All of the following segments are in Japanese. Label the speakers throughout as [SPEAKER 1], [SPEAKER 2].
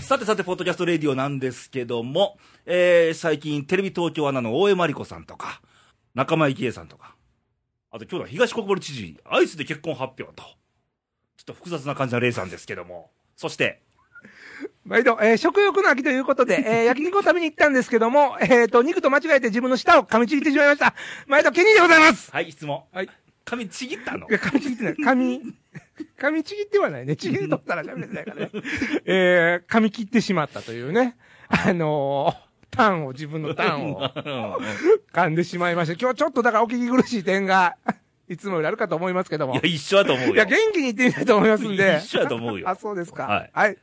[SPEAKER 1] さてさて、ポッドキャストレディオなんですけども、えー、最近テレビ東京アナの大江真理子さんとか、仲間由紀恵さんとか、あと今日は東国原知事、アイスで結婚発表と、ちょっと複雑な感じのレイさんですけども、そして、
[SPEAKER 2] 毎度、えー食欲の秋ということ で、えー焼肉を食べに行ったんですけども、えっ、と、肉と間違えて自分の舌を噛みちぎってしまいました。毎度、ケニーでございます
[SPEAKER 1] はい、質問。
[SPEAKER 2] はい。
[SPEAKER 1] 髪ちぎったの
[SPEAKER 2] いや、噛みちぎってない。噛み、 噛みちぎってはないね。ちぎり取ったらダメだ からね。えー、噛み切ってしまったというね。あのー、ターンを、自分のターン を噛んでしまいました。今日ちょっとだからお聞き苦しい点が、いつもよりあるかと思いますけども。
[SPEAKER 1] いや、一緒だと思うよ。
[SPEAKER 2] いや、元気に行ってみたいと思いますんで。
[SPEAKER 1] 一緒やと思うよ
[SPEAKER 2] あ、そうですか。
[SPEAKER 1] はい
[SPEAKER 2] はい。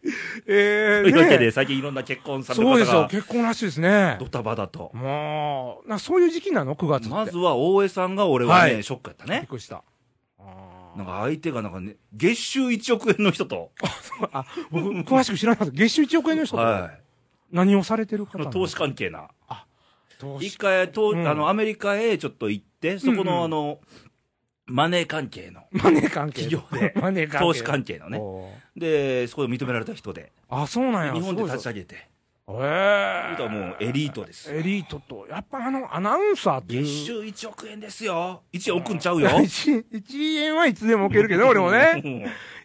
[SPEAKER 2] えー、
[SPEAKER 1] というわけで、
[SPEAKER 2] ね
[SPEAKER 1] 最近いろんな結婚される
[SPEAKER 2] そう
[SPEAKER 1] 方
[SPEAKER 2] ですよ。
[SPEAKER 1] が、
[SPEAKER 2] 結婚らしいですね
[SPEAKER 1] ド。タバタと。
[SPEAKER 2] もう、なそういう時期なの ?9 月って。
[SPEAKER 1] まずは大江さんが俺は
[SPEAKER 2] は
[SPEAKER 1] ね、
[SPEAKER 2] い
[SPEAKER 1] ショックやった
[SPEAKER 2] びっ
[SPEAKER 1] ね。
[SPEAKER 2] くりした。
[SPEAKER 1] なんか相手がなんかね、月収1億円の人と、
[SPEAKER 2] あ、僕、詳しく知らなかった。月収1億円の人って、
[SPEAKER 1] は
[SPEAKER 2] 何をされてる方
[SPEAKER 1] い。
[SPEAKER 2] な
[SPEAKER 1] の
[SPEAKER 2] の
[SPEAKER 1] 投資関係な。
[SPEAKER 2] 投資
[SPEAKER 1] 一回、と
[SPEAKER 2] うん
[SPEAKER 1] あの、アメリカへちょっと行って、そこ
[SPEAKER 2] うんうん
[SPEAKER 1] のあの、マネー関係の、
[SPEAKER 2] マネー関係。
[SPEAKER 1] 企業で
[SPEAKER 2] マネー関係。
[SPEAKER 1] 投資関係のね。
[SPEAKER 2] おー
[SPEAKER 1] で、そこで認められた人で、
[SPEAKER 2] あ、そうなんや。
[SPEAKER 1] 日本で立ち
[SPEAKER 2] ち
[SPEAKER 1] 上げて、
[SPEAKER 2] え
[SPEAKER 1] そ
[SPEAKER 2] え
[SPEAKER 1] れとはもうエリートですよ。
[SPEAKER 2] エリートと、やっぱあの、アナウンサーっていう。
[SPEAKER 1] 月収1億円ですよ。1億んちゃう よ。
[SPEAKER 2] 1 1円はいつでも受ける けど、俺もね。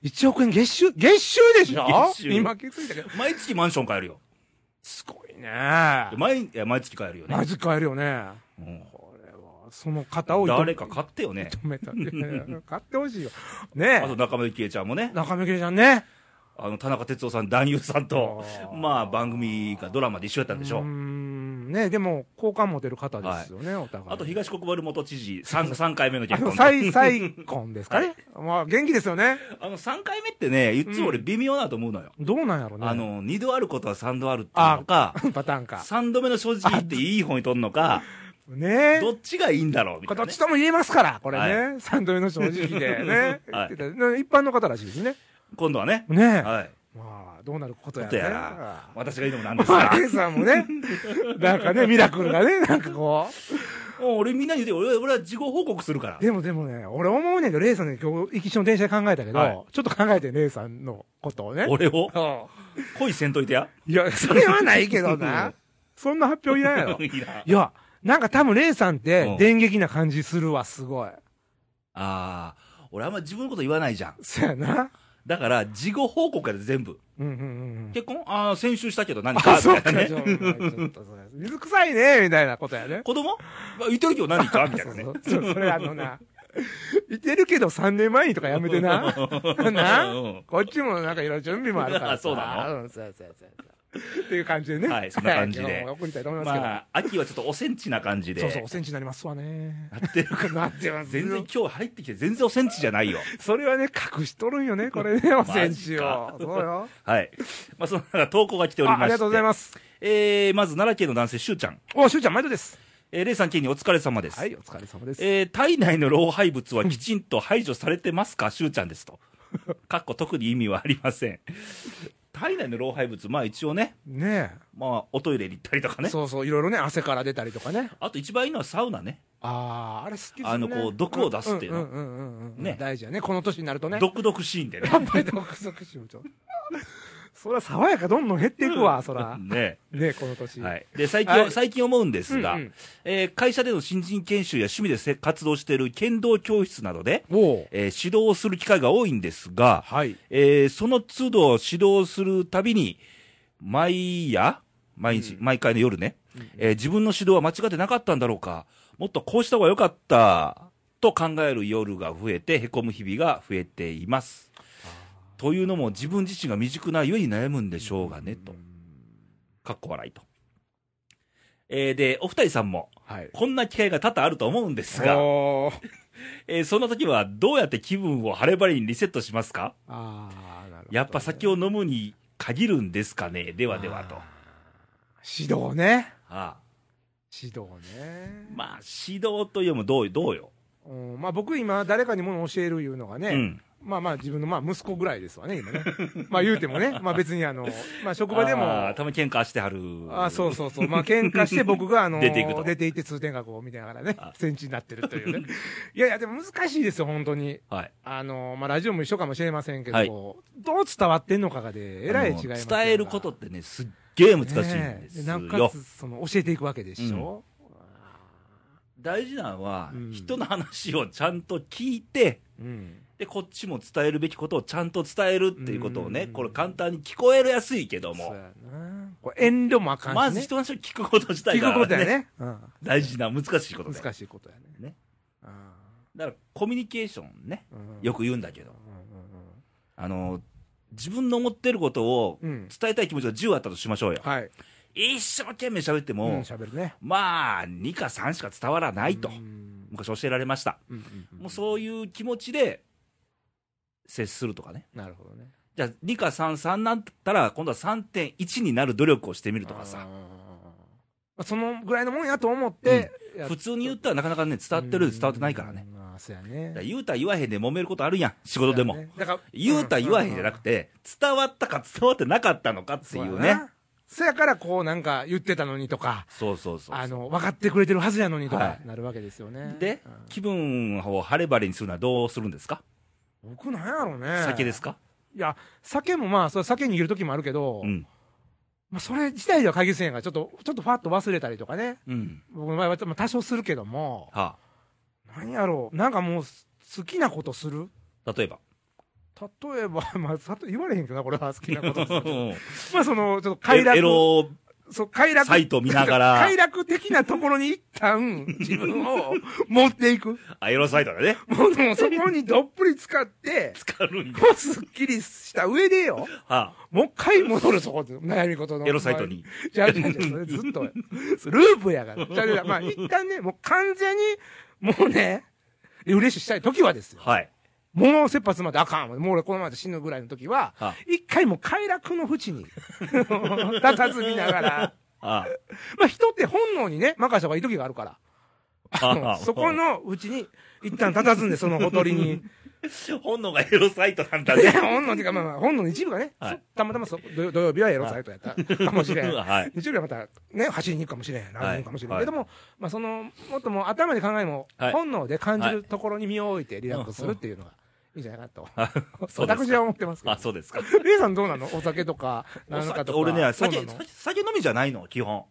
[SPEAKER 2] 1億円月収、月収でしょ
[SPEAKER 1] 月収
[SPEAKER 2] 今気づいたけど。
[SPEAKER 1] 毎月マンション買えるよ。
[SPEAKER 2] すごいね。
[SPEAKER 1] 毎いや毎月買えるよね
[SPEAKER 2] マ。ジ買えるよね。
[SPEAKER 1] うん
[SPEAKER 2] これは、その方を
[SPEAKER 1] 誰か買ってよね。
[SPEAKER 2] 止めた。いやいや買ってほしいよ。
[SPEAKER 1] あと
[SPEAKER 2] ね
[SPEAKER 1] 仲間由紀恵ちゃんもね
[SPEAKER 2] え。、中目きれちゃんね。
[SPEAKER 1] あの田中哲夫さん、男優さんと
[SPEAKER 2] あ、ー
[SPEAKER 1] まあ番組かドラマで一緒やったんでしょ
[SPEAKER 2] うー
[SPEAKER 1] う。
[SPEAKER 2] ん。ねえでも、好感持てる方ですよね、お互い。
[SPEAKER 1] あと東国原元知事、3, 三回目の
[SPEAKER 2] あ
[SPEAKER 1] 結
[SPEAKER 2] の、
[SPEAKER 1] 婚。
[SPEAKER 2] 再、再婚ですかね。まあ、元気ですよね。
[SPEAKER 1] あの3回目ってね、いつも俺微妙だと思うのよ。
[SPEAKER 2] どうなんやろうね。
[SPEAKER 1] あ、の、2度あることは3度あるっていうのか、
[SPEAKER 2] パターンか。
[SPEAKER 1] 3度目の正直言っていい方に取るのか、
[SPEAKER 2] ねえ。
[SPEAKER 1] どっちがいいんだろうみた
[SPEAKER 2] こ
[SPEAKER 1] い
[SPEAKER 2] ど
[SPEAKER 1] な
[SPEAKER 2] っ
[SPEAKER 1] ね
[SPEAKER 2] ち。とも言えますから、これ
[SPEAKER 1] は
[SPEAKER 2] ね。三度目の正
[SPEAKER 1] 。
[SPEAKER 2] 直でね
[SPEAKER 1] は
[SPEAKER 2] 言
[SPEAKER 1] い
[SPEAKER 2] ってた一般の方らしいですね。
[SPEAKER 1] 今度はね。
[SPEAKER 2] ねえ。
[SPEAKER 1] はい。
[SPEAKER 2] まあ、どうなるこ
[SPEAKER 1] ち
[SPEAKER 2] と
[SPEAKER 1] ょ
[SPEAKER 2] や
[SPEAKER 1] っ
[SPEAKER 2] ね
[SPEAKER 1] とやら、私が言うのもなんです
[SPEAKER 2] ま
[SPEAKER 1] が
[SPEAKER 2] あ、。ケイさんもね、なんかね、ミラクルがね、なんかこう。
[SPEAKER 1] もう俺みんなに言うて、俺俺は事後報告するから。
[SPEAKER 2] でもでもね、俺思うねんけど、レイさんね、今日、行きの電車で考えたけど、
[SPEAKER 1] はい
[SPEAKER 2] ちょっと考えて、レイさんのことをね。
[SPEAKER 1] 俺を
[SPEAKER 2] う
[SPEAKER 1] 恋せんといてや。
[SPEAKER 2] んいや、それはないけ どな。そんな発表いらんやろ。
[SPEAKER 1] い
[SPEAKER 2] い
[SPEAKER 1] いな
[SPEAKER 2] や、なんか多分レイさんっ
[SPEAKER 1] うん
[SPEAKER 2] て、電撃な感じするわ、すごい。
[SPEAKER 1] ああ、俺あんま自分のこと言わないじゃん。
[SPEAKER 2] そやな。
[SPEAKER 1] だから、事後報告やで全部。
[SPEAKER 2] うんう んうんうん。
[SPEAKER 1] 結婚ああ、先週したけど何か
[SPEAKER 2] あ、
[SPEAKER 1] みた
[SPEAKER 2] そう
[SPEAKER 1] いな
[SPEAKER 2] か、
[SPEAKER 1] ね
[SPEAKER 2] ち。ょちょっとそれ水臭いね、みたいなことやね。
[SPEAKER 1] 子供まあ言ってるけど何 か みたい
[SPEAKER 2] そう
[SPEAKER 1] なね
[SPEAKER 2] そ。うそうそれあのな。いてるけど3年前にとかやめ てな。
[SPEAKER 1] う
[SPEAKER 2] なんこっちもなんかいろいろ準備もあるから さ。
[SPEAKER 1] そうなの
[SPEAKER 2] うん、そうそうそうそう。っていう感じでね。
[SPEAKER 1] はいそんな感じで
[SPEAKER 2] はい今日も送りたいと思いますけど。
[SPEAKER 1] まあ、秋はちょっとおセンチな感じで。
[SPEAKER 2] そうそう、おセンチになりますわね。
[SPEAKER 1] なってるから。
[SPEAKER 2] なってますよ
[SPEAKER 1] 全然今日入ってきて全然おセンチじゃないよ。
[SPEAKER 2] それはね、隠しとるん よね、これね、おセンチ
[SPEAKER 1] マ
[SPEAKER 2] を。そうよ。
[SPEAKER 1] はい。まあ、その中投稿が来ておりまし
[SPEAKER 2] あ
[SPEAKER 1] て。。
[SPEAKER 2] ありがとうございますす。
[SPEAKER 1] えー、まず奈良県の男性、しゅうちゃん。
[SPEAKER 2] お、しゅうちゃん、毎度です。
[SPEAKER 1] えー、レイさん、ケンにお疲れ様です。
[SPEAKER 2] はい、お疲れ様です。
[SPEAKER 1] えー体内の老廃物はきちんと排除されてますか、しゅうちゃんですと。かっこ特に意味はありません。体内の老廃物、まあ一応ね、
[SPEAKER 2] ね
[SPEAKER 1] まあおトイレに行ったりとか
[SPEAKER 2] え。
[SPEAKER 1] ね。
[SPEAKER 2] そうそう、いろいろね、汗から出たりとかね。
[SPEAKER 1] あと一番いいのはサウナね。
[SPEAKER 2] ああ、あれ好きですね。
[SPEAKER 1] あのこう毒を出すっていうの
[SPEAKER 2] んうんうんうんうん。
[SPEAKER 1] ね
[SPEAKER 2] ね。大事やね。この年になるとね。
[SPEAKER 1] 独々しいんでね。
[SPEAKER 2] やっぱり独特しもちょ。そら爽やかどんどん減っていくわ、そ ら。
[SPEAKER 1] ね
[SPEAKER 2] ね、この年。
[SPEAKER 1] はい、で最近、
[SPEAKER 2] はい
[SPEAKER 1] 最近思うんですが、
[SPEAKER 2] うんうん
[SPEAKER 1] えー会社での新人研修や趣味でせ活動している剣道教室などで、
[SPEAKER 2] おう
[SPEAKER 1] えー指導をする機会が多いんですが、
[SPEAKER 2] はい。
[SPEAKER 1] えーその都度指導するたびに、毎夜、毎日、毎回の夜ね、えー自分の指導は間違ってなかったんだろうか、もっとこうした方が良かった、と考える夜が増えて、へこむ日々が増えています。というのも、自分自身が未熟なゆえに悩むんでしょうがね、と。かっこ笑いと。えーで、お二人さんも、
[SPEAKER 2] はい。
[SPEAKER 1] こんな機会が多々あると思うんですが、
[SPEAKER 2] おー
[SPEAKER 1] えーそんな時はどうやって気分を晴れ晴れにリセットしますか
[SPEAKER 2] ああ、なるほど。
[SPEAKER 1] やっぱ酒を飲むに限るんですかね、ではではと。
[SPEAKER 2] 指導ね。
[SPEAKER 1] ああ
[SPEAKER 2] 指導ね。
[SPEAKER 1] まあ、指導というよりもどうどうよ。
[SPEAKER 2] うんまあ僕今誰かに物を教えるいうのが
[SPEAKER 1] う
[SPEAKER 2] ね、
[SPEAKER 1] ん
[SPEAKER 2] まあまあ自分のまあ息子ぐらいですわね、今ね。まあ言うてもね、まあ別にあの、まあ職場でも、
[SPEAKER 1] あーたまに喧嘩してはる。
[SPEAKER 2] あそうそうそう。まあ、喧嘩して僕が、あのー
[SPEAKER 1] 出ていくと
[SPEAKER 2] 出て行って通天閣を見ながらね
[SPEAKER 1] あ、
[SPEAKER 2] 戦地になってるというね。いやいや、でも難しいですよ、本当に。
[SPEAKER 1] はい。
[SPEAKER 2] あのーまあ、ラジオも一緒かもしれませんけど、
[SPEAKER 1] はい
[SPEAKER 2] どう伝わってんのかがで、えらい違いますから
[SPEAKER 1] 伝えることってね、すっげえ難しいんです
[SPEAKER 2] ねえ
[SPEAKER 1] よ。
[SPEAKER 2] なおかつ、その、教えていくわけでしょ。
[SPEAKER 1] 大事なのは、
[SPEAKER 2] うん
[SPEAKER 1] 人の話をちゃんと聞いて、
[SPEAKER 2] うん。
[SPEAKER 1] で、こっちも伝えるべきことをちゃんと伝えるっていうことをね、
[SPEAKER 2] うん
[SPEAKER 1] これ簡単に聞こえるやすいけど
[SPEAKER 2] そう
[SPEAKER 1] も、
[SPEAKER 2] やな。これ遠慮もあかんし、ね。
[SPEAKER 1] まず人の話を聞くこと自体
[SPEAKER 2] 聞
[SPEAKER 1] が、
[SPEAKER 2] くことやね。うん。
[SPEAKER 1] 大事な難しいことで。だか
[SPEAKER 2] 難しいことやね。
[SPEAKER 1] ね
[SPEAKER 2] あ
[SPEAKER 1] らコミュニケーションね、
[SPEAKER 2] ー。うん
[SPEAKER 1] よく言うんだけど、
[SPEAKER 2] う
[SPEAKER 1] あの、自分の思ってることを
[SPEAKER 2] んうんうん。うん。
[SPEAKER 1] 伝えたい気持ちが10あったとしましょうよ。
[SPEAKER 2] はい。
[SPEAKER 1] 一生懸命喋って
[SPEAKER 2] う
[SPEAKER 1] も、
[SPEAKER 2] ん、喋るね。
[SPEAKER 1] まあ、2か3しか伝わらないと
[SPEAKER 2] う、ん
[SPEAKER 1] 昔教えられました。
[SPEAKER 2] うんうんうん
[SPEAKER 1] もうそういう気持ちで接するとかね。
[SPEAKER 2] なるほどね。
[SPEAKER 1] じゃあ、2か3、3なんだったら、今度は3.1になる努力をしてみるとか
[SPEAKER 2] あー
[SPEAKER 1] さ。
[SPEAKER 2] まあそのぐらいのもんやと思って、やっ
[SPEAKER 1] 普通に言ったらなかなかね、伝わってるようで伝わってないからね。。
[SPEAKER 2] うんまあ、そうや
[SPEAKER 1] だ
[SPEAKER 2] ね
[SPEAKER 1] から。言うたら言わへんで揉めることあるやん、仕事でも。
[SPEAKER 2] そうやね。だから、
[SPEAKER 1] 言うたら言わへんじゃなく
[SPEAKER 2] て、
[SPEAKER 1] て、伝わったか伝わってなかったのかってい
[SPEAKER 2] そうや
[SPEAKER 1] ね
[SPEAKER 2] な。。そやから、こうなんか言ってたのにとか、
[SPEAKER 1] そうそうそう。
[SPEAKER 2] あの、分かってくれてるはずやのにと
[SPEAKER 1] は
[SPEAKER 2] か、
[SPEAKER 1] い
[SPEAKER 2] なるわけですよね。
[SPEAKER 1] で
[SPEAKER 2] う、ん
[SPEAKER 1] 気分を晴れ晴れにするのはどうするんですか
[SPEAKER 2] 僕なんやろうね。
[SPEAKER 1] 酒ですか
[SPEAKER 2] いや、酒もまあ、それ酒握る時もあるけど
[SPEAKER 1] う、ん。
[SPEAKER 2] まあ、それ自体では解決せんやから、ちょっと、ちょっとファッと忘れたりとかね。
[SPEAKER 1] うん。
[SPEAKER 2] 僕の場合はまあ多少するけども、
[SPEAKER 1] は
[SPEAKER 2] なんやろう、なんかもう、好きなことする
[SPEAKER 1] あ、例えば。
[SPEAKER 2] 例えば、 まあ、さと言われへんけどな、これは好きなことで すけど。
[SPEAKER 1] うん
[SPEAKER 2] まあ、その、ちょっと快楽。
[SPEAKER 1] エロ
[SPEAKER 2] そう、快楽。
[SPEAKER 1] サイト見ながら
[SPEAKER 2] 快楽的なところに一 旦、自分を持っていく。
[SPEAKER 1] あエロサイトだね。
[SPEAKER 2] もう、もうそこにどっぷり使って、
[SPEAKER 1] 使うんだ。
[SPEAKER 2] もうすっきりした上でよ。
[SPEAKER 1] は
[SPEAKER 2] もう一回戻る、そこで。悩み事
[SPEAKER 1] あ、
[SPEAKER 2] の。
[SPEAKER 1] エロサイトに。
[SPEAKER 2] じゃあ、じゃあ、じゃあ、それずっと、ループやから。じゃあ、じゃあ、まあ、一旦ね、もう完全に、もうね、リフレッシュしたい時はですよ。
[SPEAKER 1] はい。
[SPEAKER 2] もう切羽詰まってあかん。もう俺このまま死ぬぐらいの時は
[SPEAKER 1] はあ、
[SPEAKER 2] 一回もう快楽の淵に、 たたずみながら、
[SPEAKER 1] あ
[SPEAKER 2] まあ人って本能にね、任せた方がいい時があるから。あの
[SPEAKER 1] あ
[SPEAKER 2] そこのうちに、一旦たたずんで、そのほと りに。
[SPEAKER 1] あ、本能がエロサイトなんだ
[SPEAKER 2] い
[SPEAKER 1] ね。
[SPEAKER 2] や本能っていうか、まあまあ、本能の一部がね、
[SPEAKER 1] はい
[SPEAKER 2] そたまたまそ土曜土曜日はエロサイトやったかもしれん。
[SPEAKER 1] はい。
[SPEAKER 2] 日曜日はまたね、走りに行くかもしれん。ランニングかもしれんけども、まあその、もっともう頭で考えも、
[SPEAKER 1] はい
[SPEAKER 2] 本能で感じ
[SPEAKER 1] は
[SPEAKER 2] る
[SPEAKER 1] い
[SPEAKER 2] ところに身を置いてリラックスするっていうのが、いいんじゃないかなと。
[SPEAKER 1] そうですか
[SPEAKER 2] 私は思ってますけど
[SPEAKER 1] あ、。そうですか。
[SPEAKER 2] レイさんどうなのお酒とか、
[SPEAKER 1] お
[SPEAKER 2] 何か
[SPEAKER 1] 酒
[SPEAKER 2] とか。
[SPEAKER 1] 俺ね、
[SPEAKER 2] そうな
[SPEAKER 1] 酒、
[SPEAKER 2] の
[SPEAKER 1] 酒酒飲みじゃないの、基本。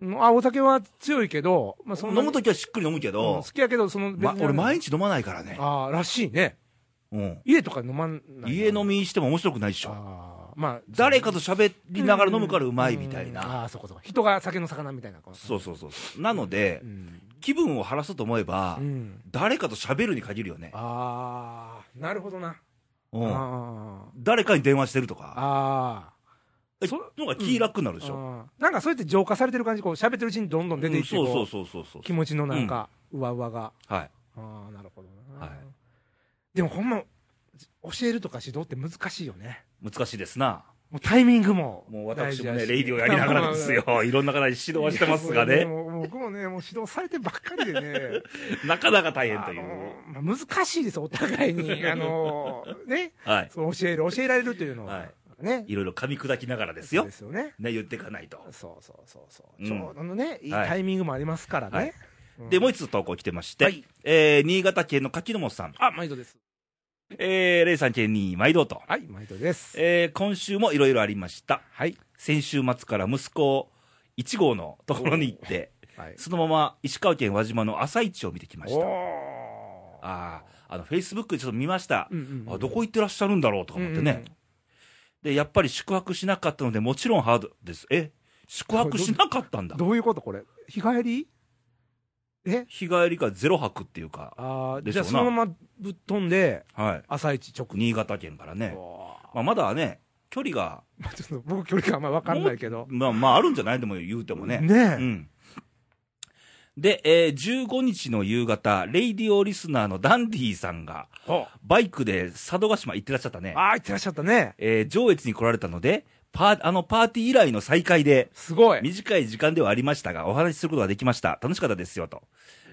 [SPEAKER 2] うんあ、お酒は強いけど、まあ、その
[SPEAKER 1] 飲むときはしっくり飲むけ
[SPEAKER 2] うん好
[SPEAKER 1] ど、
[SPEAKER 2] きやけど、その、
[SPEAKER 1] ま、俺毎
[SPEAKER 2] 日。
[SPEAKER 1] 日飲まないからね。
[SPEAKER 2] ああ、らしいね。
[SPEAKER 1] うん。
[SPEAKER 2] 家とか飲まんない。
[SPEAKER 1] 家飲みしても面白くないっしょ。
[SPEAKER 2] ああ、まあ。
[SPEAKER 1] 誰かと喋りながら飲むからうまいみたい
[SPEAKER 2] うん
[SPEAKER 1] な。
[SPEAKER 2] ああ、そうかそうか。人が酒の魚みたいな。
[SPEAKER 1] そうそうそうそう。なので
[SPEAKER 2] う、ん。
[SPEAKER 1] 気分を晴らそうと思えば
[SPEAKER 2] う、ん。
[SPEAKER 1] 誰かと喋るに限るよね。
[SPEAKER 2] ああ、なるほどな。
[SPEAKER 1] う
[SPEAKER 2] あ
[SPEAKER 1] ん。
[SPEAKER 2] あ。
[SPEAKER 1] 誰かに電話してるとか。
[SPEAKER 2] あ
[SPEAKER 1] え
[SPEAKER 2] あ。
[SPEAKER 1] そ
[SPEAKER 2] そ
[SPEAKER 1] のが気楽になるでしょ。
[SPEAKER 2] ああなんかそうやって浄化されてる感じ、こう喋ってるうちにどんどん出ていって、
[SPEAKER 1] う
[SPEAKER 2] こ
[SPEAKER 1] んそううそうそうそう
[SPEAKER 2] 気
[SPEAKER 1] そ
[SPEAKER 2] 持ちのなんか、うわうわが。
[SPEAKER 1] う。はい。
[SPEAKER 2] ああ、なるほどな。
[SPEAKER 1] はい
[SPEAKER 2] でもほんま、教えるとか指導って難しいよね。
[SPEAKER 1] 難しいですな。
[SPEAKER 2] もうタイミングも。
[SPEAKER 1] もう私も
[SPEAKER 2] 大事
[SPEAKER 1] ね、
[SPEAKER 2] し
[SPEAKER 1] レイディオやりながらです。 よ。いろんな方に指導はしてますが
[SPEAKER 2] いや
[SPEAKER 1] ね、
[SPEAKER 2] もうもう僕もね、もう指導されてばっか りでね。
[SPEAKER 1] なかなか大変
[SPEAKER 2] あ
[SPEAKER 1] という。
[SPEAKER 2] のまあ、難しいです、お互 いに。あの、ね。
[SPEAKER 1] はい。
[SPEAKER 2] そう教える、教えられるというのは。
[SPEAKER 1] はい
[SPEAKER 2] ね。
[SPEAKER 1] いろいろ噛み砕きながらです
[SPEAKER 2] そう
[SPEAKER 1] よ
[SPEAKER 2] で。すよね。
[SPEAKER 1] ね、言っていかないと。
[SPEAKER 2] そうそうそうそう。
[SPEAKER 1] うん
[SPEAKER 2] ちょうどのね、いい
[SPEAKER 1] はい
[SPEAKER 2] タイミングもありますからね。
[SPEAKER 1] はい
[SPEAKER 2] うん
[SPEAKER 1] で、もう一つ投稿来てまして、
[SPEAKER 2] はい
[SPEAKER 1] えー、新潟県の柿本さん、
[SPEAKER 2] あ、毎度です。
[SPEAKER 1] えー、レイさん県に毎度と。
[SPEAKER 2] はい、毎度です。
[SPEAKER 1] えー、今週もいろいろありました。
[SPEAKER 2] はい。
[SPEAKER 1] 先週末から息子1号のところに行って、
[SPEAKER 2] はい。
[SPEAKER 1] そのまま石川県輪島の朝市を見てきました。あ
[SPEAKER 2] おー
[SPEAKER 1] あ、あの、フェイスブックでちょっと見ました。
[SPEAKER 2] うんうんうん
[SPEAKER 1] あどこ行ってらっしゃるんだろうとか思ってね、
[SPEAKER 2] うんうん
[SPEAKER 1] で、やっぱり宿泊しなかったので、もちろんハードです。え宿泊しなかったんだ。
[SPEAKER 2] どういうことこれ日帰りえ
[SPEAKER 1] 日帰りかゼロ泊っていうか、
[SPEAKER 2] ああ、
[SPEAKER 1] でし
[SPEAKER 2] じ
[SPEAKER 1] ょ
[SPEAKER 2] ゃ
[SPEAKER 1] うな
[SPEAKER 2] あそのままぶっ飛んで、
[SPEAKER 1] はい。
[SPEAKER 2] 朝一直に。
[SPEAKER 1] 新潟県からね。
[SPEAKER 2] ま
[SPEAKER 1] まあ、まだね、距離が、
[SPEAKER 2] あちょっと僕距離感あんまわかんないけど。
[SPEAKER 1] まあ、まあ、あるんじゃないでも言うてもね。う
[SPEAKER 2] ね
[SPEAKER 1] ん。で、えー15日の夕方、レイディオリスナーのダンディさんが、
[SPEAKER 2] え。ほう
[SPEAKER 1] バイクで佐渡島行ってらっしゃったね。
[SPEAKER 2] ああ、いってらっしゃったね。
[SPEAKER 1] えー上越に来られたので、パー、あのパーティー以来の再会で、
[SPEAKER 2] すごい。
[SPEAKER 1] 短い時間ではありましたが、お話しすることができました。楽しかったですよ、と。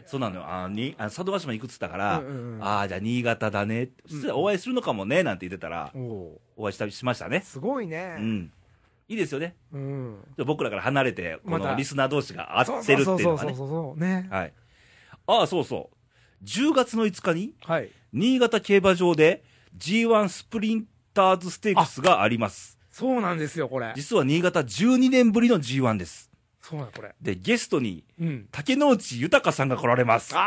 [SPEAKER 1] そうなのよ。あにあ佐渡島行くっつったから、
[SPEAKER 2] うんうんうん
[SPEAKER 1] ああ、じゃあ新潟だね。そしたらお会いするのかもね、なんて言ってたら、
[SPEAKER 2] おお
[SPEAKER 1] お会いしたしましたね
[SPEAKER 2] ー。すごいうね。
[SPEAKER 1] ん。いいですよね。
[SPEAKER 2] うん。
[SPEAKER 1] じゃあ僕らから離れて、こ
[SPEAKER 2] また
[SPEAKER 1] のリスナー同士が会ってるっていうのが
[SPEAKER 2] そうそうそう
[SPEAKER 1] ね。
[SPEAKER 2] そうそう。ね。
[SPEAKER 1] はい。ああ、そうそう。10月の5日に、
[SPEAKER 2] はい。
[SPEAKER 1] 新潟競馬場で G1 スプリンターズステークスがあります。
[SPEAKER 2] そうなんですよ、これ。
[SPEAKER 1] 実は新潟12年ぶりの G1 です。
[SPEAKER 2] そうなんこれ。
[SPEAKER 1] で、ゲストに
[SPEAKER 2] うん。
[SPEAKER 1] 竹野内豊さんが来られます。
[SPEAKER 2] あ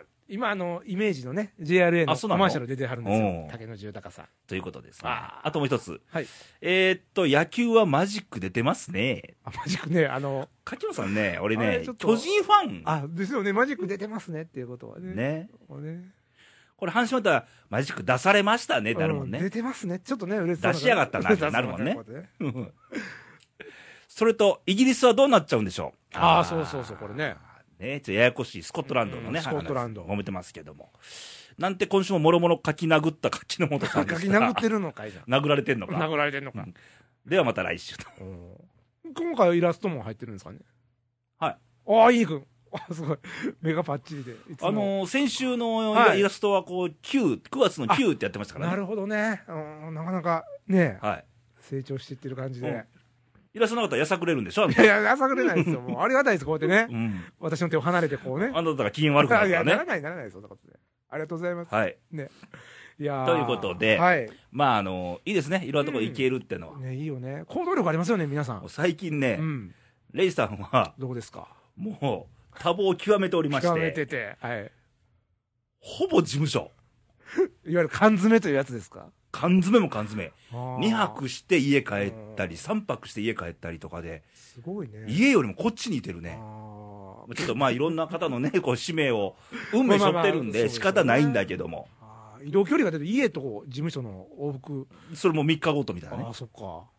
[SPEAKER 2] あ、今あの、イメージのね、JRA の
[SPEAKER 1] あ
[SPEAKER 2] コ
[SPEAKER 1] そうなの
[SPEAKER 2] マーシャル出てはるんです
[SPEAKER 1] お
[SPEAKER 2] よ
[SPEAKER 1] う。
[SPEAKER 2] 竹野内豊さん。
[SPEAKER 1] ということですね。
[SPEAKER 2] あ
[SPEAKER 1] あ
[SPEAKER 2] ー
[SPEAKER 1] ともう一つ。
[SPEAKER 2] はい。
[SPEAKER 1] えー、っと、野球はマジック出てますね。
[SPEAKER 2] あ、マジックね、あの、
[SPEAKER 1] 柿野さんね、俺
[SPEAKER 2] あれ
[SPEAKER 1] ね
[SPEAKER 2] ちょっ、と
[SPEAKER 1] 巨人ファン。
[SPEAKER 2] あ、ですよね、マジック出てますねっていうことはね。。
[SPEAKER 1] ね。
[SPEAKER 2] ね
[SPEAKER 1] これ、阪神またマジック出されましたね、ってなるもん
[SPEAKER 2] う出
[SPEAKER 1] ね。
[SPEAKER 2] てますね。ちょっとね、嬉しそう
[SPEAKER 1] 出しやがったな
[SPEAKER 2] 嬉しそう
[SPEAKER 1] なるもんね
[SPEAKER 2] 出しやがった
[SPEAKER 1] それと、イギリスはどうなっちゃうんでしょう。
[SPEAKER 2] ああ、そうそうそう、これね。
[SPEAKER 1] ね、ちょっとややこしいスコットランドのね、
[SPEAKER 2] うんスコットランド
[SPEAKER 1] 話褒めてますけども。なんて今週ももろもろ書き殴った柿の本さ
[SPEAKER 2] 書
[SPEAKER 1] んで
[SPEAKER 2] き
[SPEAKER 1] した
[SPEAKER 2] 殴ってるのかいじゃん。
[SPEAKER 1] 殴られてんのか。
[SPEAKER 2] 殴られてんのか。
[SPEAKER 1] ではまた来週と。
[SPEAKER 2] うん今回はイラストも入ってるんですかね。
[SPEAKER 1] はい。
[SPEAKER 2] ああ、いい君。 あ、すごい。目がパッチリで。いつも
[SPEAKER 1] あのー先週の
[SPEAKER 2] はい
[SPEAKER 1] イラストはこう、9、9月の9ってやってましたから
[SPEAKER 2] な
[SPEAKER 1] ね。
[SPEAKER 2] るほどね。うんなかなかね、
[SPEAKER 1] はい。
[SPEAKER 2] 成長 していってる感じで。
[SPEAKER 1] うんイラストなかったらやさくれるんでし ょあの
[SPEAKER 2] いやいや、朝くれないですよ。もうありがたいです、こうやって
[SPEAKER 1] う
[SPEAKER 2] ね。
[SPEAKER 1] ん。
[SPEAKER 2] 私の手を離れてこうね。
[SPEAKER 1] あなたが機嫌 悪くなった
[SPEAKER 2] い
[SPEAKER 1] か
[SPEAKER 2] やな
[SPEAKER 1] ら
[SPEAKER 2] ら
[SPEAKER 1] ね。
[SPEAKER 2] ない、ならないです、そんなことで。ありがとうございます。
[SPEAKER 1] はい。
[SPEAKER 2] いやー
[SPEAKER 1] ということで
[SPEAKER 2] はい。
[SPEAKER 1] まあ、あの、いいですね。いろんなとこ行けるってのは。
[SPEAKER 2] ね、いいよね。行動力ありますよね、皆さん
[SPEAKER 1] もう。最近ね、
[SPEAKER 2] うん。
[SPEAKER 1] レイさんは、
[SPEAKER 2] どこですか
[SPEAKER 1] もう、多忙を極めておりまし
[SPEAKER 2] 極
[SPEAKER 1] て、
[SPEAKER 2] めてて。はい。いわ
[SPEAKER 1] ほぼ事務所。
[SPEAKER 2] ゆる缶詰というやつですか
[SPEAKER 1] 缶詰も缶詰。2
[SPEAKER 2] 2
[SPEAKER 1] 泊して家帰ったり、3泊して家帰ったりとかで、
[SPEAKER 2] すごいね。
[SPEAKER 1] 家よりもこっちにいてるね。
[SPEAKER 2] あー
[SPEAKER 1] ちょっとまあ、いろんな方のね、 こう、使命を、運命背負ってるん
[SPEAKER 2] まあまあまあそうで
[SPEAKER 1] で、
[SPEAKER 2] す
[SPEAKER 1] 仕
[SPEAKER 2] よね
[SPEAKER 1] 方ないんだけども。
[SPEAKER 2] あー移動距離が出て家と事務所の往復、
[SPEAKER 1] それも3日ごとみたいな
[SPEAKER 2] あ
[SPEAKER 1] ね
[SPEAKER 2] あ。そっか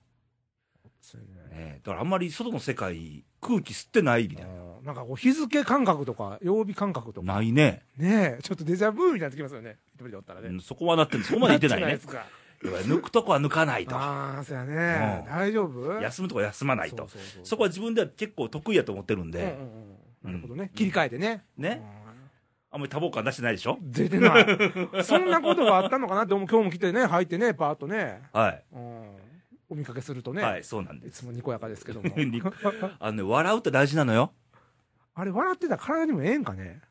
[SPEAKER 2] そうね
[SPEAKER 1] ええだからあんまり外の世界、空気吸ってないみたいな。
[SPEAKER 2] あーなんかこう日付感覚とか曜日感覚とか
[SPEAKER 1] ないね。
[SPEAKER 2] ねえちょっとデジャブみたいになってきますよね一人でおったらね、
[SPEAKER 1] うんそこはなってるそこまでいってないね
[SPEAKER 2] っ。てですか
[SPEAKER 1] いわゆる抜くとこは抜かないと。
[SPEAKER 2] ああそうやね、
[SPEAKER 1] うん
[SPEAKER 2] 大丈夫
[SPEAKER 1] 休むとこは休まないと。
[SPEAKER 2] そうそうそう
[SPEAKER 1] そこは自分では結構得意やと思ってるん
[SPEAKER 2] うんうん
[SPEAKER 1] で、
[SPEAKER 2] うんなるほどね、切り替えてね
[SPEAKER 1] ね。あんまり多忙感出してないでしょ
[SPEAKER 2] うん出てない そんなことがあったのかなって思う今日も来てね入ってねパーッとね、
[SPEAKER 1] は
[SPEAKER 2] うん、お見かけすると
[SPEAKER 1] い。
[SPEAKER 2] ね、
[SPEAKER 1] はい、そうなん
[SPEAKER 2] い
[SPEAKER 1] です。
[SPEAKER 2] つもにこやかですけども
[SPEAKER 1] にあのね、笑うって大事なのよ。
[SPEAKER 2] あれ、笑ってたら体にもええんかね